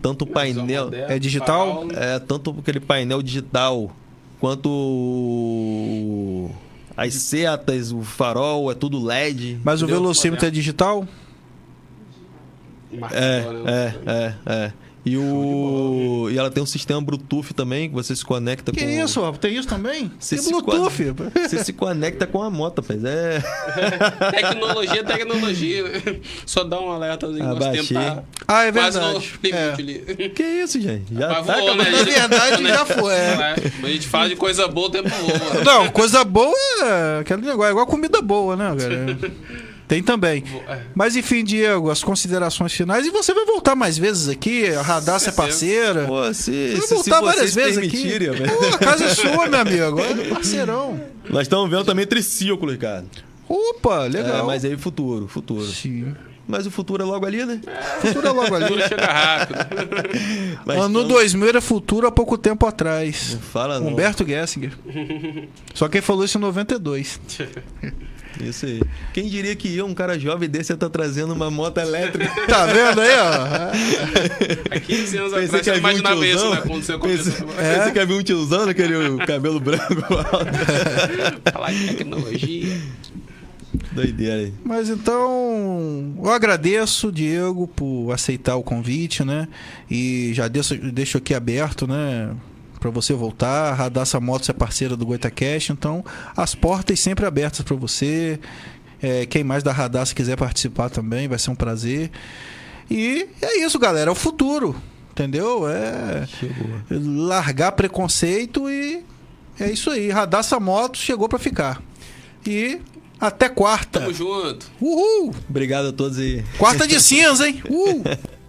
S3: tanto o painel.
S1: é digital?
S3: É, tanto aquele painel digital quanto o- as setas, o farol, é tudo LED.
S1: Uhum. Mas o
S3: entendeu?
S1: velocímetro é digital?
S3: É,
S2: né?
S3: é, é, é. E, o... e ela tem um sistema Bluetooth também, que você se conecta
S1: Que
S3: com.
S1: isso, rapaz? Tem isso também?
S3: Você
S1: Tem
S3: se
S1: Bluetooth.
S3: Você se conecta com a moto, rapaz. É.
S2: Tecnologia, tecnologia. né? Só dá um alerta do
S3: Ah,
S2: nosso tempo
S3: baixei.
S2: tá
S1: Ah, é
S2: quase no
S1: verdade.
S2: limite
S1: É.
S2: ali.
S3: Que isso, gente? Já
S2: Mas
S3: tá
S2: voou, né?
S3: acabando.
S1: Na verdade, já foi, é.
S2: Quando A gente fala de coisa boa, o tempo né? voa.
S1: Não, coisa boa é aquele negócio, é igual comida boa, né, cara? Tem também.
S2: Voa.
S1: Mas enfim, Diego, as considerações finais. E você vai voltar mais vezes aqui, a Radassa é parceira.
S3: Pô, se,
S1: Vai
S3: se, se
S1: voltar várias
S3: vocês
S1: vezes
S3: permitirem,
S1: aqui.
S3: rapaz.
S1: Pô, a casa é sua, meu amigo. É parceirão.
S3: Nós estamos vendo também triciclo, Ricardo.
S1: Opa, legal.
S3: É, mas aí futuro, futuro.
S1: Sim.
S3: Mas o futuro é logo ali, né?
S1: Futuro é logo ali.
S2: Tudo chega rápido.
S3: Mas
S1: É. ano
S3: tamo-
S1: 2000 era futuro há pouco tempo atrás.
S3: Fala não.
S1: Humberto Gessinger. Só quem falou isso em 92.
S3: Isso aí. Quem diria que eu, um cara jovem desse, ia estar trazendo uma moto elétrica?
S1: Tá vendo aí, ó?
S2: Há 15 anos
S3: Pensei
S2: atrás,
S3: que
S2: eu não
S3: havia um
S2: imaginava isso,
S3: tiozão.
S2: né? Quando você
S3: Pensei,
S2: começou a
S1: É.
S3: pensei que havia um tiozão naquele cabelo branco.
S2: falar de tecnologia.
S3: Doideira aí.
S1: Mas então, eu agradeço, Diego, por aceitar o convite, né? E já deixo, deixo aqui aberto, né? Pra você voltar. A Radassa Motos é parceira do Goitacast, então as portas sempre abertas pra você. É, quem mais da Radassa quiser participar também, vai ser um prazer. E é isso, galera. É o futuro, entendeu? É
S3: Chegou.
S1: largar preconceito e é isso aí. Radassa Motos chegou pra ficar. E até quarta.
S2: Tamo junto.
S1: Uhul!
S3: Obrigado a todos aí.
S1: Quarta de cinza, hein? Uh!